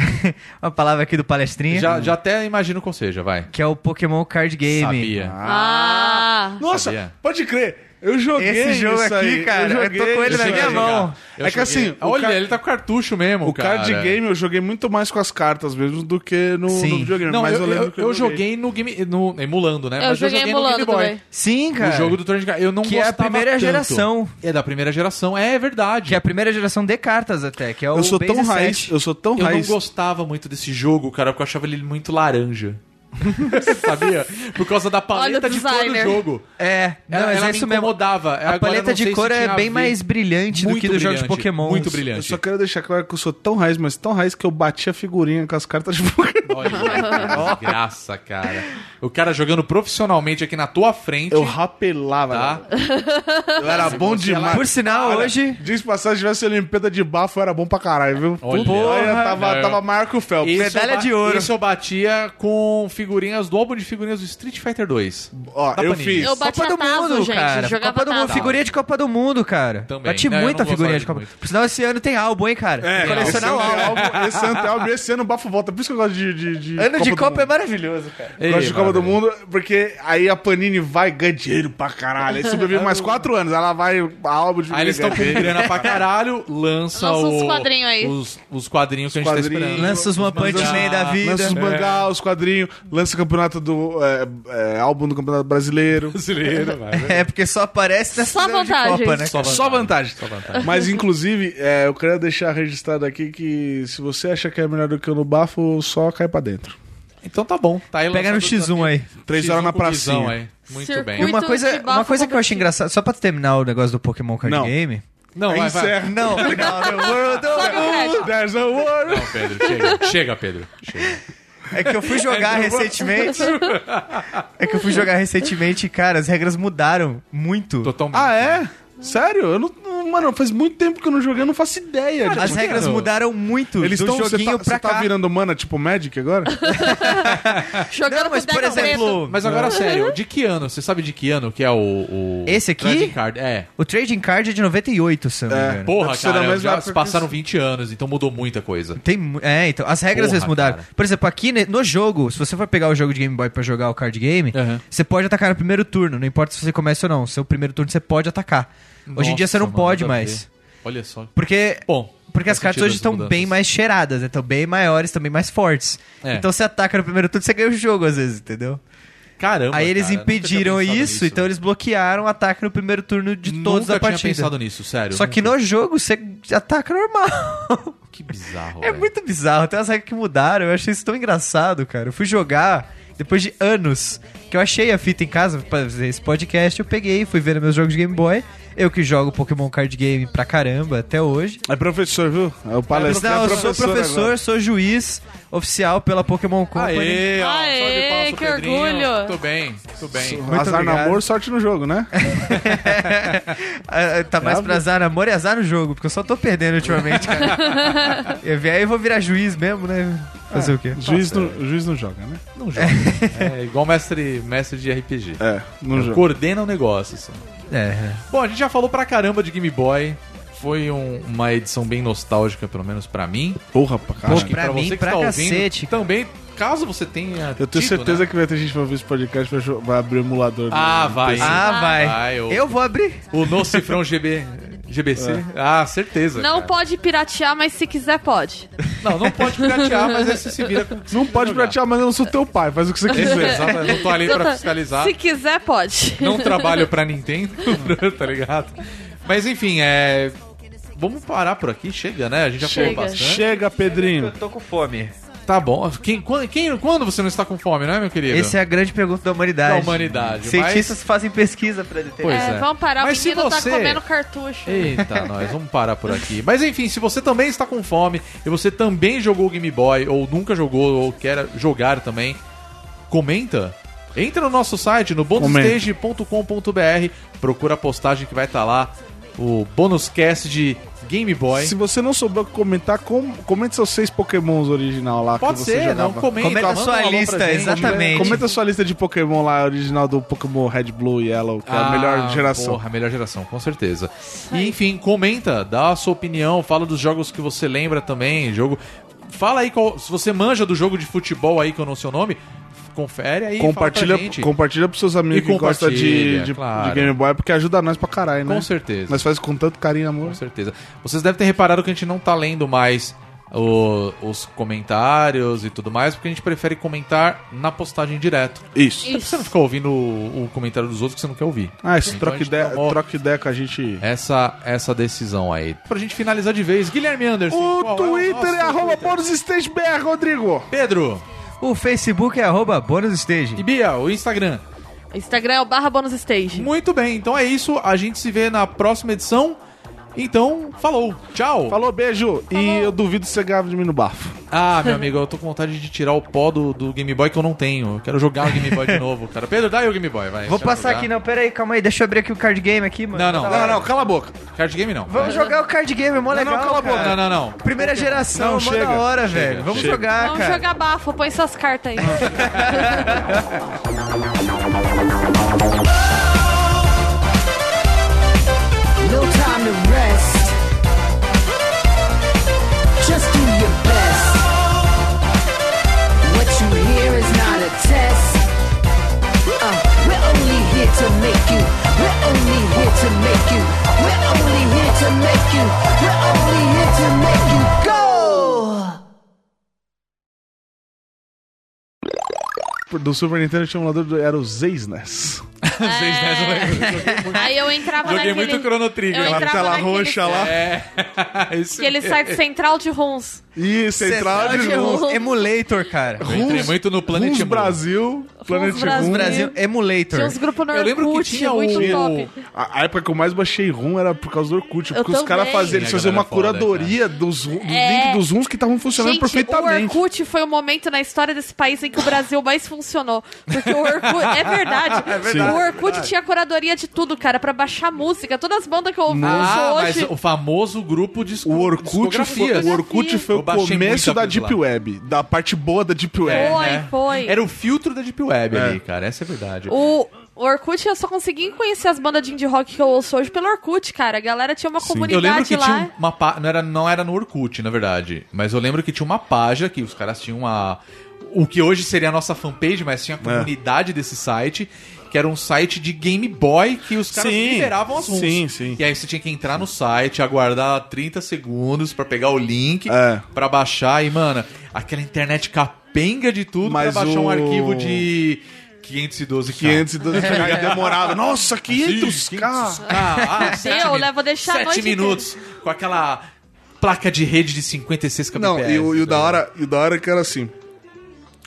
G: *laughs* Uma palavra aqui do palestrinha.
E: já, já até imagino qual seja, vai.
G: Que é o Pokémon Card Game.
E: Sabia.
H: Ah,
F: Nossa,
E: Sabia?
F: pode crer. Eu joguei
G: Esse jogo
F: isso
G: aqui,
F: aí.
G: cara, eu
F: joguei
G: tô com ele
F: isso
G: na
F: aí.
G: minha mão.
E: Eu
F: É que
E: joguei.
F: assim, o
E: Olha,
F: ca-
E: ele tá com cartucho mesmo,
F: O
E: cara.
F: card game eu joguei muito mais com as cartas mesmo do que no,
G: Sim.
F: no videogame.
E: Não,
F: mas eu,
E: eu,
F: lembro
E: eu-
F: que
E: eu joguei no game. No, emulando, né?
H: Eu joguei emulando também.
G: Sim,
E: O
G: cara.
E: jogo do Turn Card. Eu não
G: Que é a
E: gostava
G: primeira
E: tanto.
G: geração.
E: É da primeira geração, é, é verdade.
G: Que é a primeira geração de cartas até, que é o
F: Eu sou
G: Base
F: tão raiz,
G: 7.
F: eu sou tão
E: Eu não
F: raiz.
E: gostava muito desse jogo, cara, porque eu achava ele muito laranja. *laughs* Sabia? Por causa da
H: Olha
E: paleta
H: o
E: de cor do
H: designer.
E: jogo.
G: É, não,
E: Ela,
G: mas
E: ela
G: é
E: me
G: isso mesmo.
E: incomodava.
G: A paleta de cor é bem mais brilhante do
E: Muito
G: que do jogo de
E: brilhante,
G: Pokémon.
E: muito
F: Eu
E: brilhante.
F: só quero deixar claro que eu sou tão raiz, mas tão raiz que eu bati a figurinha com as cartas de Pokémon.
E: Olha, que desgraça, cara. O cara jogando profissionalmente aqui na tua frente,
F: Eu rapelava. né?
E: tá?
F: velho. *laughs* Eu era bom
E: é
F: demais.
G: Por sinal,
F: Olha,
G: hoje...
F: Diz pra se tivesse Olimpíada de bafo, eu era bom pra caralho, viu?
E: Olha. é
F: eu tava,
E: Não, eu-
F: tava Marco Phelps.
E: Esse eu
G: Medalha
E: ba-
G: de ouro.
E: Esse eu batia com figurinhas do álbum de figurinhas do Street Fighter 2.
F: Ó,
E: Da
F: eu
E: Panini.
F: fiz.
H: Eu bati
G: Copa
H: a
G: do
H: tazo,
G: Mundo,
H: gente.
G: cara.
H: Eu jogava
G: Copa do Mundo,
H: tazo.
G: figurinha de Copa do Mundo, cara.
E: Também.
G: Bati
E: Não, eu
G: muita
E: não
G: figurinha
E: gostava
G: de Copa.
E: muito.
G: Por sinal, esse ano tem álbum, hein, cara.
F: É, esse
G: Colecionar
F: ano
G: o
F: tem
G: álbum.
F: álbum, esse ano tem álbum, esse ano o bafo volta. Por isso que eu gosto de. de, de
G: Ano de Copa é
F: do Mundo.
G: maravilhoso, cara.
E: Ei,
F: Eu gosto de Copa do
E: maravilha.
F: Mundo, porque aí a Panini vai ganhar dinheiro pra caralho. Aí
E: *laughs*
F: sobrevive mais quatro anos. Ela vai a álbum de
E: Aí eles estão com
F: videogame.
E: grana pra caralho, lança
H: Lança uns
E: o-
H: quadrinhos aí.
E: Os, os quadrinhos que a gente
F: quadrinhos.
E: tá esperando.
G: Lança os One Punch
E: mangá,
G: Man da vida.
F: Ah, Lança os
E: É.
F: mangá, os quadrinhos, lança o campeonato do. é, é, álbum do Campeonato Brasileiro. *laughs*
E: Brasileiro, vai.
G: É, porque só aparece nessa
H: Só
G: ano de
H: vantagens.
G: Copa, né?
E: Só
F: É Só vantagem.
E: Só vantagem.
F: Mas, inclusive, é, eu quero deixar registrado aqui que se você acha que é melhor do que eu no bafo, só cai pra dentro.
E: Então tá bom. Tá aí
G: Pega no
E: lançado
G: X1 aí.
F: Três
E: X1
F: horas na
E: com visão
F: pracinha.
E: aí. Muito
H: Circuito.
G: E
E: bem.
G: uma
H: Muito
G: coisa,
H: de bafo
G: uma coisa que eu acho
H: competitivo.
G: engraçado, só pra terminar o negócio do Pokémon Card
F: Não.
G: Game.
E: Não, vai, vai.
F: Encerra.
G: *laughs* Não, não, the world
H: Sobe o crédito.
F: There's a world.
E: Não, Pedro, chega. Chega, Pedro. Chega.
G: É que eu fui jogar
F: *laughs*
G: recentemente. É que eu fui jogar recentemente e, cara, as regras mudaram muito.
E: Totalmente.
F: Ah, é? Sério? Eu não, não- Mano, faz muito tempo que eu não joguei, eu não faço ideia. de
G: As
F: como-
G: regras mudaram muito
F: Eles
G: é do
F: estão
G: joguinho
F: tá,
G: pra
F: você tá
G: cá.
F: virando mana tipo Magic
G: *laughs*
F: agora?
H: Jogando
G: Não, mas,
H: com
G: por
H: deck preto.
G: exemplo,
E: Mas
F: Uhum.
E: agora, sério, de que ano? Você sabe de que ano que é o... o
G: Esse aqui?
E: Trading Card? É.
G: o Trading Card é de 98, se eu não me
F: É.
G: engano.
E: Porra,
F: Deve ser da
E: cara,
F: mesma
E: já
F: época que
E: passaram 20 anos, então mudou muita coisa.
G: Tem, mu- é, então, as regras às
E: Porra,
G: vezes mudaram.
E: cara.
G: Por exemplo, aqui ne- no jogo, se você for pegar o jogo de Game Boy pra jogar o card game,
E: Aham.
G: você pode atacar no primeiro turno, não importa se você começa ou não. Seu primeiro turno você pode atacar. Hoje em dia você não
E: Nossa, mano,
G: pode
E: nada a
G: mais.
E: ver. Olha só.
G: Porque
E: Bom.
G: Porque
E: faz
G: as cartas
E: sentido
G: hoje
E: essas
G: estão
E: mudanças.
G: bem mais cheiradas, né? Estão bem maiores, também mais fortes.
E: É.
G: Então você ataca no primeiro turno, você ganha o jogo às vezes, entendeu?
E: Caramba.
G: Aí eles
E: cara, nunca tinha
G: impediram
E: pensado
G: isso,
E: nisso.
G: então eles bloquearam o ataque no primeiro turno de todos
E: Nunca
G: da
E: tinha
G: partida.
E: pensado nisso, sério.
G: Só que
E: Nunca.
G: no jogo você ataca normal.
E: Que bizarro.
G: é
E: velho.
G: muito bizarro. Tem umas regras que mudaram, eu achei isso tão engraçado, cara. Eu fui jogar depois de anos que eu achei a fita em casa pra fazer esse podcast, eu peguei, fui ver meus jogos de Game Boy. Eu que jogo Pokémon Card Game pra caramba até hoje.
F: É professor, viu? É o
G: Mas
F: palestrante.
G: não, eu
F: é
G: sou professor,
F: agora.
G: sou juiz oficial pela Pokémon Company.
E: Aê, ó,
H: Aê,
E: salve de palmas pro
H: que
E: Pedrinho.
H: orgulho.
E: Muito bem, muito bem.
G: Muito
F: Azar no
G: obrigado.
F: amor, sorte no jogo, né?
G: Ah, tá mais pra azar no amor e azar no jogo, porque eu só tô perdendo ultimamente, cara. eu vier e vou virar juiz mesmo, né? Fazer o quê?
F: juiz, não, juiz não joga, né?
E: Não joga. É igual mestre, mestre de RPG.
F: É, não joga.
E: Coordena o negócio, assim.
G: É.
E: Bom, a gente já falou pra caramba de Game Boy. Foi um- uma edição bem nostálgica, pelo menos pra mim.
F: Porra pra
E: Acho
F: caralho.
E: que
G: pra
E: pra
G: mim,
E: você que
G: pra
E: tá
G: cacete,
E: ouvindo, também, caso você tenha
F: Eu tenho
E: tido,
F: certeza
E: né?
F: que vai ter gente que vai ouvir esse podcast vai, jo- vai abrir o emulador.
E: Ah,
F: no-
E: vai.
G: Ah, vai.
E: Vai, eu-
G: eu... vou abrir.
E: O No Cifrão GB... GBC?
F: É.
E: Ah, certeza.
H: Não
E: cara.
H: pode piratear, mas se quiser, pode.
E: Não, não pode piratear, mas aí você se vira com o que você
F: Não
E: quiser
F: pode
E: jogar.
F: pratear, mas eu não sou teu pai, faz o
E: *laughs*
F: que você quiser.
E: Exato, eu não tô ali pra fiscalizar.
H: Se quiser, pode.
E: Não trabalho pra Nintendo, *laughs* tá ligado? Mas enfim, é. Vamos parar por aqui, chega, né? A gente já
H: Chega.
E: falou bastante.
F: Chega, Pedrinho.
G: tô com fome.
E: Tá bom. Quem, quando, quem- quando você não está com fome, não é, meu querido?
G: Essa é a grande pergunta da humanidade.
E: Da humanidade,
G: Cientistas fazem pesquisa pra determinar.
E: Pois
H: É,
E: é.
H: vamos parar,
E: Mas
H: o
E: se
H: menino
E: você-
H: tá comendo cartucho.
E: Eita, *laughs* nós vamos parar por aqui. Mas enfim, se você também está com fome e você também jogou o Game Boy, ou nunca jogou, ou quer jogar também, comenta. Entra no nosso site, no bonusstage.com.br, procura a postagem que vai estar lá, o bônus cast de Game Boy.
F: Se você não souber o que comentar, com- comente seus seis pokémons original lá
E: Pode
F: que você
E: ser,
F: jogava.
E: não, comenta.
G: Comenta a
E: manda um
G: sua
E: alô pra
G: lista,
E: gente.
G: exatamente.
F: Comenta a sua lista de Pokémon lá, original do Pokémon Red, Blue e Yellow, que é a
E: Ah,
F: melhor geração.
E: Porra, a melhor geração, com certeza. E, enfim, comenta, dá a sua opinião, fala dos jogos que você lembra também, jogo... Fala aí qual, se você manja do jogo de futebol aí que eu não sei o nome, confere aí.
F: Compartilha,
E: fala pra gente.
F: compartilha pros seus amigos
E: E
F: que gostam de,
E: compartilha,
F: de,
E: claro.
F: de Game Boy, porque ajuda nós pra caralho, né?
E: Com certeza.
F: Nós faz com tanto carinho e amor.
E: Com certeza. Vocês devem ter reparado que a gente não tá lendo mais o- os comentários e tudo mais, porque a gente prefere comentar na postagem direto.
F: Isso.
E: Até pra você não ficar ouvindo o, o comentário dos outros que você não quer ouvir.
F: Ah, esse
E: Então a
F: troca,
E: gente É
F: ideia,
E: tomou-
F: troca ideia com a gente.
E: Essa, essa decisão aí. Pra gente finalizar de vez, Guilherme Anderson. qual
F: O
E: é
F: Twitter é,
E: nosso
F: arroba
E: Twitter?
F: bonusstagebr, Rodrigo.
E: Pedro
G: O Facebook é arroba bônus stage.
E: e Bia, o Instagram.
H: Instagram é o barra bônus stage.
E: Muito bem, então é isso. A gente se vê na próxima edição. Então, falou. Tchau.
F: Falou, beijo. E eu duvido que você ganhava de mim no bafo.
E: Ah, meu amigo, eu tô com vontade de tirar o pó do, do Game Boy que eu não tenho. Eu quero jogar o Game Boy
F: *laughs*
E: de novo, cara. Pedro, dá aí o Game Boy, vai.
G: Vou
E: Deixa eu
G: passar
E: jogar.
G: aqui, não, pera aí, calma aí, deixa eu abrir aqui o card game aqui, mano.
E: Não, não,
G: Tá
E: não,
G: hora.
E: não,
F: cala a boca.
E: Card game não.
G: Vamos jogar o card game, é mó legal,
F: cala a boca.
G: cara.
E: Não, não, não.
G: Primeira geração,
F: Não,
G: mó
F: chega.
G: da hora,
E: Chega,
G: velho. Vamos
E: chega.
G: jogar,
H: Vamos
G: cara.
H: jogar bafo, põe suas cartas
E: *laughs*
H: aí.
D: No time to rest. Just do your best. What you hear is not a test. Uh, we're only here to make you. We're only here to make you. We're only here to make you. We're only here to make you go.
F: Do Super Nintendo tinha um emulador, do- era o Zeisness.
H: É. Aí eu entrava
E: né, Joguei
H: naquele...
E: muito Chrono Trigger
H: eu
E: lá.
H: entrava
F: tela
H: naquele-
F: roxa lá.
E: É. Isso.
H: Aquele site central de runs.
F: Isso, Central de
H: Central
F: Runs.
H: Runs.
G: tá Emulator, cara.
E: Eu entrei
F: Runs-
E: muito no é Planet
F: Runs
E: Moon.
F: Brasil, Planet
H: Brasil.
F: Room.
G: Brasil, emulator.
H: Tinha uns grupos no
E: Eu lembro que
H: Orkut,
E: tinha
H: muito
E: o-
H: top.
F: A a época que eu mais baixei rum era por causa do Orkut, porque os
H: também.
F: caras faziam, eles
E: A
F: faziam uma
E: galera é foda,
F: curadoria dos, ru- dos
H: É.
F: links dos runs que estavam funcionando
H: Gente,
F: perfeitamente.
H: o Orkut foi o momento na história desse país em que o Brasil mais funcionou. Porque o Orkut... é
F: *laughs*
H: verdade.
F: verdade,
H: o Orkut tinha curadoria de tudo, cara, pra baixar música. Todas as bandas que eu ouço
E: Ah, mas
H: hoje...
E: o famoso grupo de disco-
F: O Orkut, foi,
E: discografias.
F: o Orkut foi
E: Eu
F: o
E: baixei
F: começo
E: muito É.
F: da
E: aquilo
F: Deep
E: lá.
F: Web, da parte boa da Deep Web.
H: Foi, foi.
E: né? Era o filtro da Deep Web ali, cara. Essa é a verdade.
H: O o Orkut, eu só consegui conhecer as bandas de indie rock que eu ouço hoje pelo Orkut, cara. A galera tinha uma
E: Eu lembro
H: comunidade
E: que
H: lá.
E: tinha uma página. Não era, não era no Orkut, na verdade. Mas eu lembro que tinha uma página que os caras tinham uma. O que hoje seria a nossa fanpage, mas tinha a
F: É.
E: comunidade desse site, que era um site de Game Boy que os caras
F: Sim,
E: liberavam as runs.
F: sim, sim.
E: E aí você tinha que entrar no site, aguardar 30 segundos pra pegar o link,
F: É.
E: pra baixar. E, mano, aquela internet capenga de tudo
F: Mas
E: pra baixar
F: o-
E: um arquivo de 512
F: 512
E: É.
F: reais demorava. Nossa, 500k!
E: 500k.
H: *laughs*
E: Ah, sete
H: Deu,
E: minu-
H: né? Vou deixar a
E: sete
H: noite inteira.
E: minutos com aquela placa de rede de 56 kbps.
F: Não, e, o- e o da
E: né?
F: hora, e o da hora que era assim.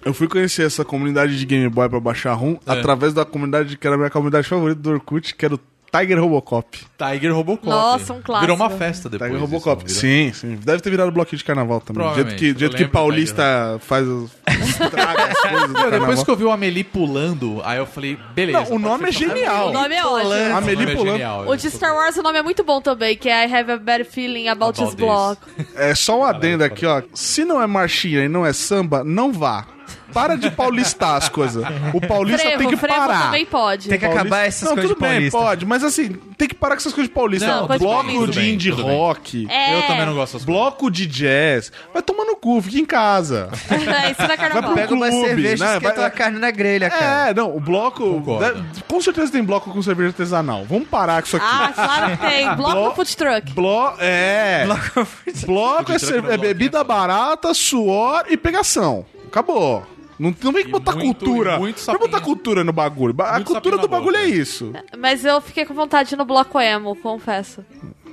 F: Eu fui conhecer essa comunidade de Game Boy pra baixar ROM
E: É.
F: através da comunidade que era a minha comunidade favorita do Orkut, que era o Tiger Robocop.
E: Tiger Robocop.
H: Nossa, um clássico.
E: Virou uma festa depois.
F: Tiger
E: isso,
F: Robocop.
E: não virou?
F: Sim, sim. Deve ter virado bloquinho de carnaval também. Do jeito que,
E: é Provavelmente.
F: do jeito
E: Eu
F: que
E: lembro do
F: paulista faz os- estraga as coisas do
E: Meu,
F: carnaval.
E: depois que eu vi o Amelie pulando, aí eu falei, beleza.
F: Não, o nome é genial. né?
H: O nome é ótimo.
E: O nome
F: Amelie
E: é
F: pulando.
E: genial,
H: O
E: eu
H: de
E: tô-
H: Star Wars, o nome é muito bom também, que é I Have a Bad Feeling About,
E: About
H: This Block.
F: É só um adendo aqui, ó. Se não é marchinha e não é samba, não vá. Para de paulistar as coisas. O paulista
H: Frevo,
F: tem que
H: frevo
F: parar.
H: também pode.
G: Tem que
F: Paulista-
G: acabar essas
F: não,
G: coisas
F: tudo
G: de
F: bem,
G: paulista.
F: pode, mas assim, tem que parar com essas coisas de paulista.
E: Não,
H: tudo
F: bloco
H: bem, tudo
F: de
E: bem,
F: indie
E: tudo bem.
F: rock,
H: É.
E: Eu também não gosto dessas
F: bloco de jazz. Vai tomar no cu, fica em
E: *laughs*
F: casa.
H: *laughs* É, Isso não é carnaval.
F: Vai pro
G: Pega uma
F: clube,
G: cerveja
F: né?
G: e esquenta
F: Vai-
G: a carne na
E: *laughs*
G: grelha, cara.
F: É, não, o bloco.
E: Concordo.
F: né, com certeza tem bloco com cerveja artesanal. Vamos parar com isso aqui.
H: Ah, claro que tem. Bloco
F: Blo-
H: no Food Truck.
F: Blo é. Bloco, é,
E: Food truck
F: cerve-
E: não,
F: é
E: bloco, né,
F: bebida barata, suor e pegação. Acabou. Não, não vem que
E: E
F: botar
E: muito-
F: cultura.
E: e muito
F: Não
E: sapinho.
F: botar cultura no bagulho. Ba- A
E: Muito
F: cultura do
E: sapinho na
F: bagulho é
E: boca.
F: isso.
H: Mas eu fiquei com vontade no bloco emo, confesso.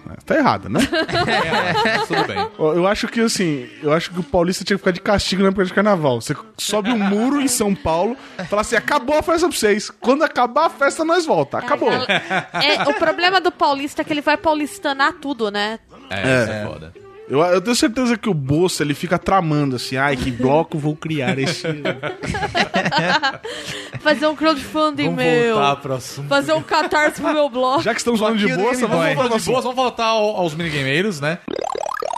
H: É.
F: Tá
H: *laughs*
F: errado, né?
E: Mas tudo
F: *laughs*
E: bem.
F: Ó, Eu acho que assim, eu acho que o paulista tinha que ficar de castigo na época de carnaval. Você sobe um muro em São Paulo, fala assim: acabou a festa pra vocês. Quando acabar a festa, nós volta. Acabou.
H: É, é, o problema do paulista é que ele vai paulistanar tudo, né?
E: É, isso é foda.
F: Eu, eu tenho certeza que o Bolsa ele fica tramando assim, ai, que bloco vou criar esse.
H: Fazer um crowdfunding
E: Vamos
H: meu.
E: voltar pro assunto.
H: Fazer um catarse pro meu bloco.
F: Já que estamos falando de
G: Bloquinho do
F: Bolsa,
G: Game
F: vamos
G: Boy.
F: falar do
E: Vamos de
F: assunto.
E: boas, vamos voltar ao- aos minigameiros, né?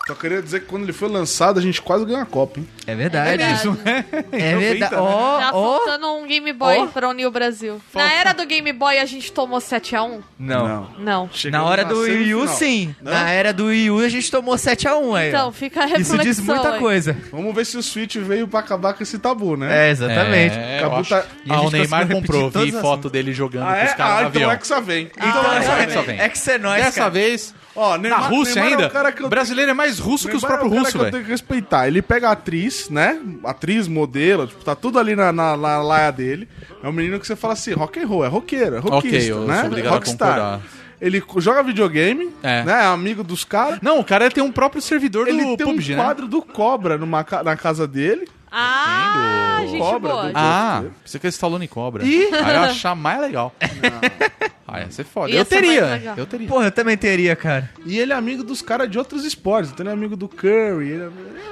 F: Só queria dizer que quando ele foi lançado, a gente quase ganhou a Copa, hein?
E: né?
G: É verdade.
H: É
G: É verdade. Ó,
H: Tá
G: ó.
H: faltando um Game Boy
E: Ó.
H: pra unir o Brasil. Na
E: Falta-
H: era do Game Boy a gente tomou 7x1?
G: Não.
H: Não.
F: Chegou
G: Na hora
F: na
G: do Wii U,
F: semifinal.
G: sim.
F: Não?
G: Na era do Wii U a gente tomou 7x1 aí. ó.
H: Então, fica a
G: Isso
H: reflexão.
G: diz muita
H: aí.
G: coisa.
F: Vamos ver se o Switch veio pra acabar com esse tabu, né?
G: É, exatamente.
E: É,
F: Acabou
E: eu acho-
F: tá-
G: E a
E: Ah, o
G: gente
E: Neymar
G: conseguiu
E: comprou.
G: repetir
E: Vi
G: todos os
E: foto dele jogando
F: Ah,
E: com
F: é?
E: os caras
F: Ah,
E: no
F: então
E: avião.
F: é que só vem.
G: Então,
E: Dessa
G: é,
E: vez só vem.
G: é que você é nóis,
E: Dessa
G: cara.
E: vez,
F: Ó, Neymar-
E: na Rússia
F: Neymar é
E: ainda,
F: um cara que eu tenho-
E: brasileiro é mais russo que os
F: Neymar é um
E: próprios
F: cara
E: russos,
F: que Eu
E: velho.
F: tenho que respeitar. Ele pega a atriz, né? Atriz, modelo, tipo, tá tudo ali na, na, na laia dele. É um menino que você fala assim, rock and roll, é roqueiro, é rockista,
E: eu
F: né?
E: sou obrigado a concordar.
F: Ele co- joga videogame,
E: É.
F: né? É amigo dos caras.
E: Não, o cara tem um próprio servidor
F: Ele
E: do
F: tem
E: PUBG,
F: um
E: né?
F: quadro do Cobra numa ca- na casa dele.
H: Ah, gente
F: Cobra
H: boa.
F: do-
E: Ah, você que é Stallone Cobra.
F: Ih!
E: Aí eu achar mais legal.
F: *laughs*
E: Ah, ia ser foda.
H: Ia
E: eu
H: ser mais
E: teria.
H: legal.
E: Eu teria.
G: Porra, eu também teria, cara.
F: E ele é amigo dos caras de outros esportes. Então ele é amigo do Curry. ele é-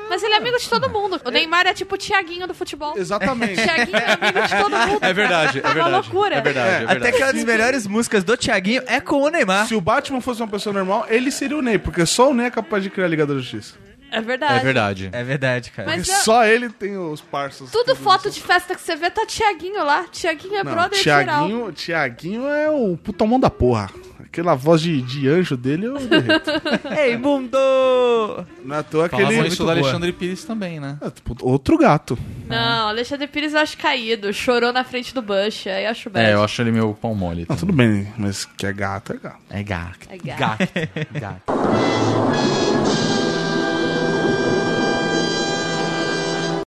H: Mas ele é amigo de todo mundo. O Neymar é tipo o Tiaguinho do futebol.
F: Exatamente.
H: Tiaguinho é amigo de todo mundo.
E: é verdade, é
H: Tá
E: verdade.
H: uma loucura.
E: É verdade, é verdade.
G: Até que uma das melhores músicas do Thiaguinho é com o Neymar.
F: Se o Batman fosse uma pessoa normal, ele seria o Ney, porque só o Ney é capaz de criar a Liga da Justiça.
H: É verdade.
E: É verdade.
G: É verdade, cara.
H: Mas
F: Porque
H: eu-
F: só ele tem os parças.
H: Tudo foto
F: isso.
H: de festa que você vê, tá Tiaguinho lá. Tiaguinho é
F: Não,
H: brother geral.
F: Tiaguinho, Tiaguinho é o putomão da porra. Aquela voz de, de anjo dele, eu derreto.
G: Ei, mundo!
F: Não é à toa que
E: Falavam
F: ele...
E: isso do
G: boa.
E: Alexandre Pires também, né?
F: É, tipo, outro gato.
H: Não, Alexandre Pires eu acho caído. Chorou na frente do Bush. Aí acho bad.
E: É, eu acho ele meu pão mole.
F: é Não, tudo bem, mas que é gato, é gato.
E: É gato.
H: É gato.
E: Gato. gato.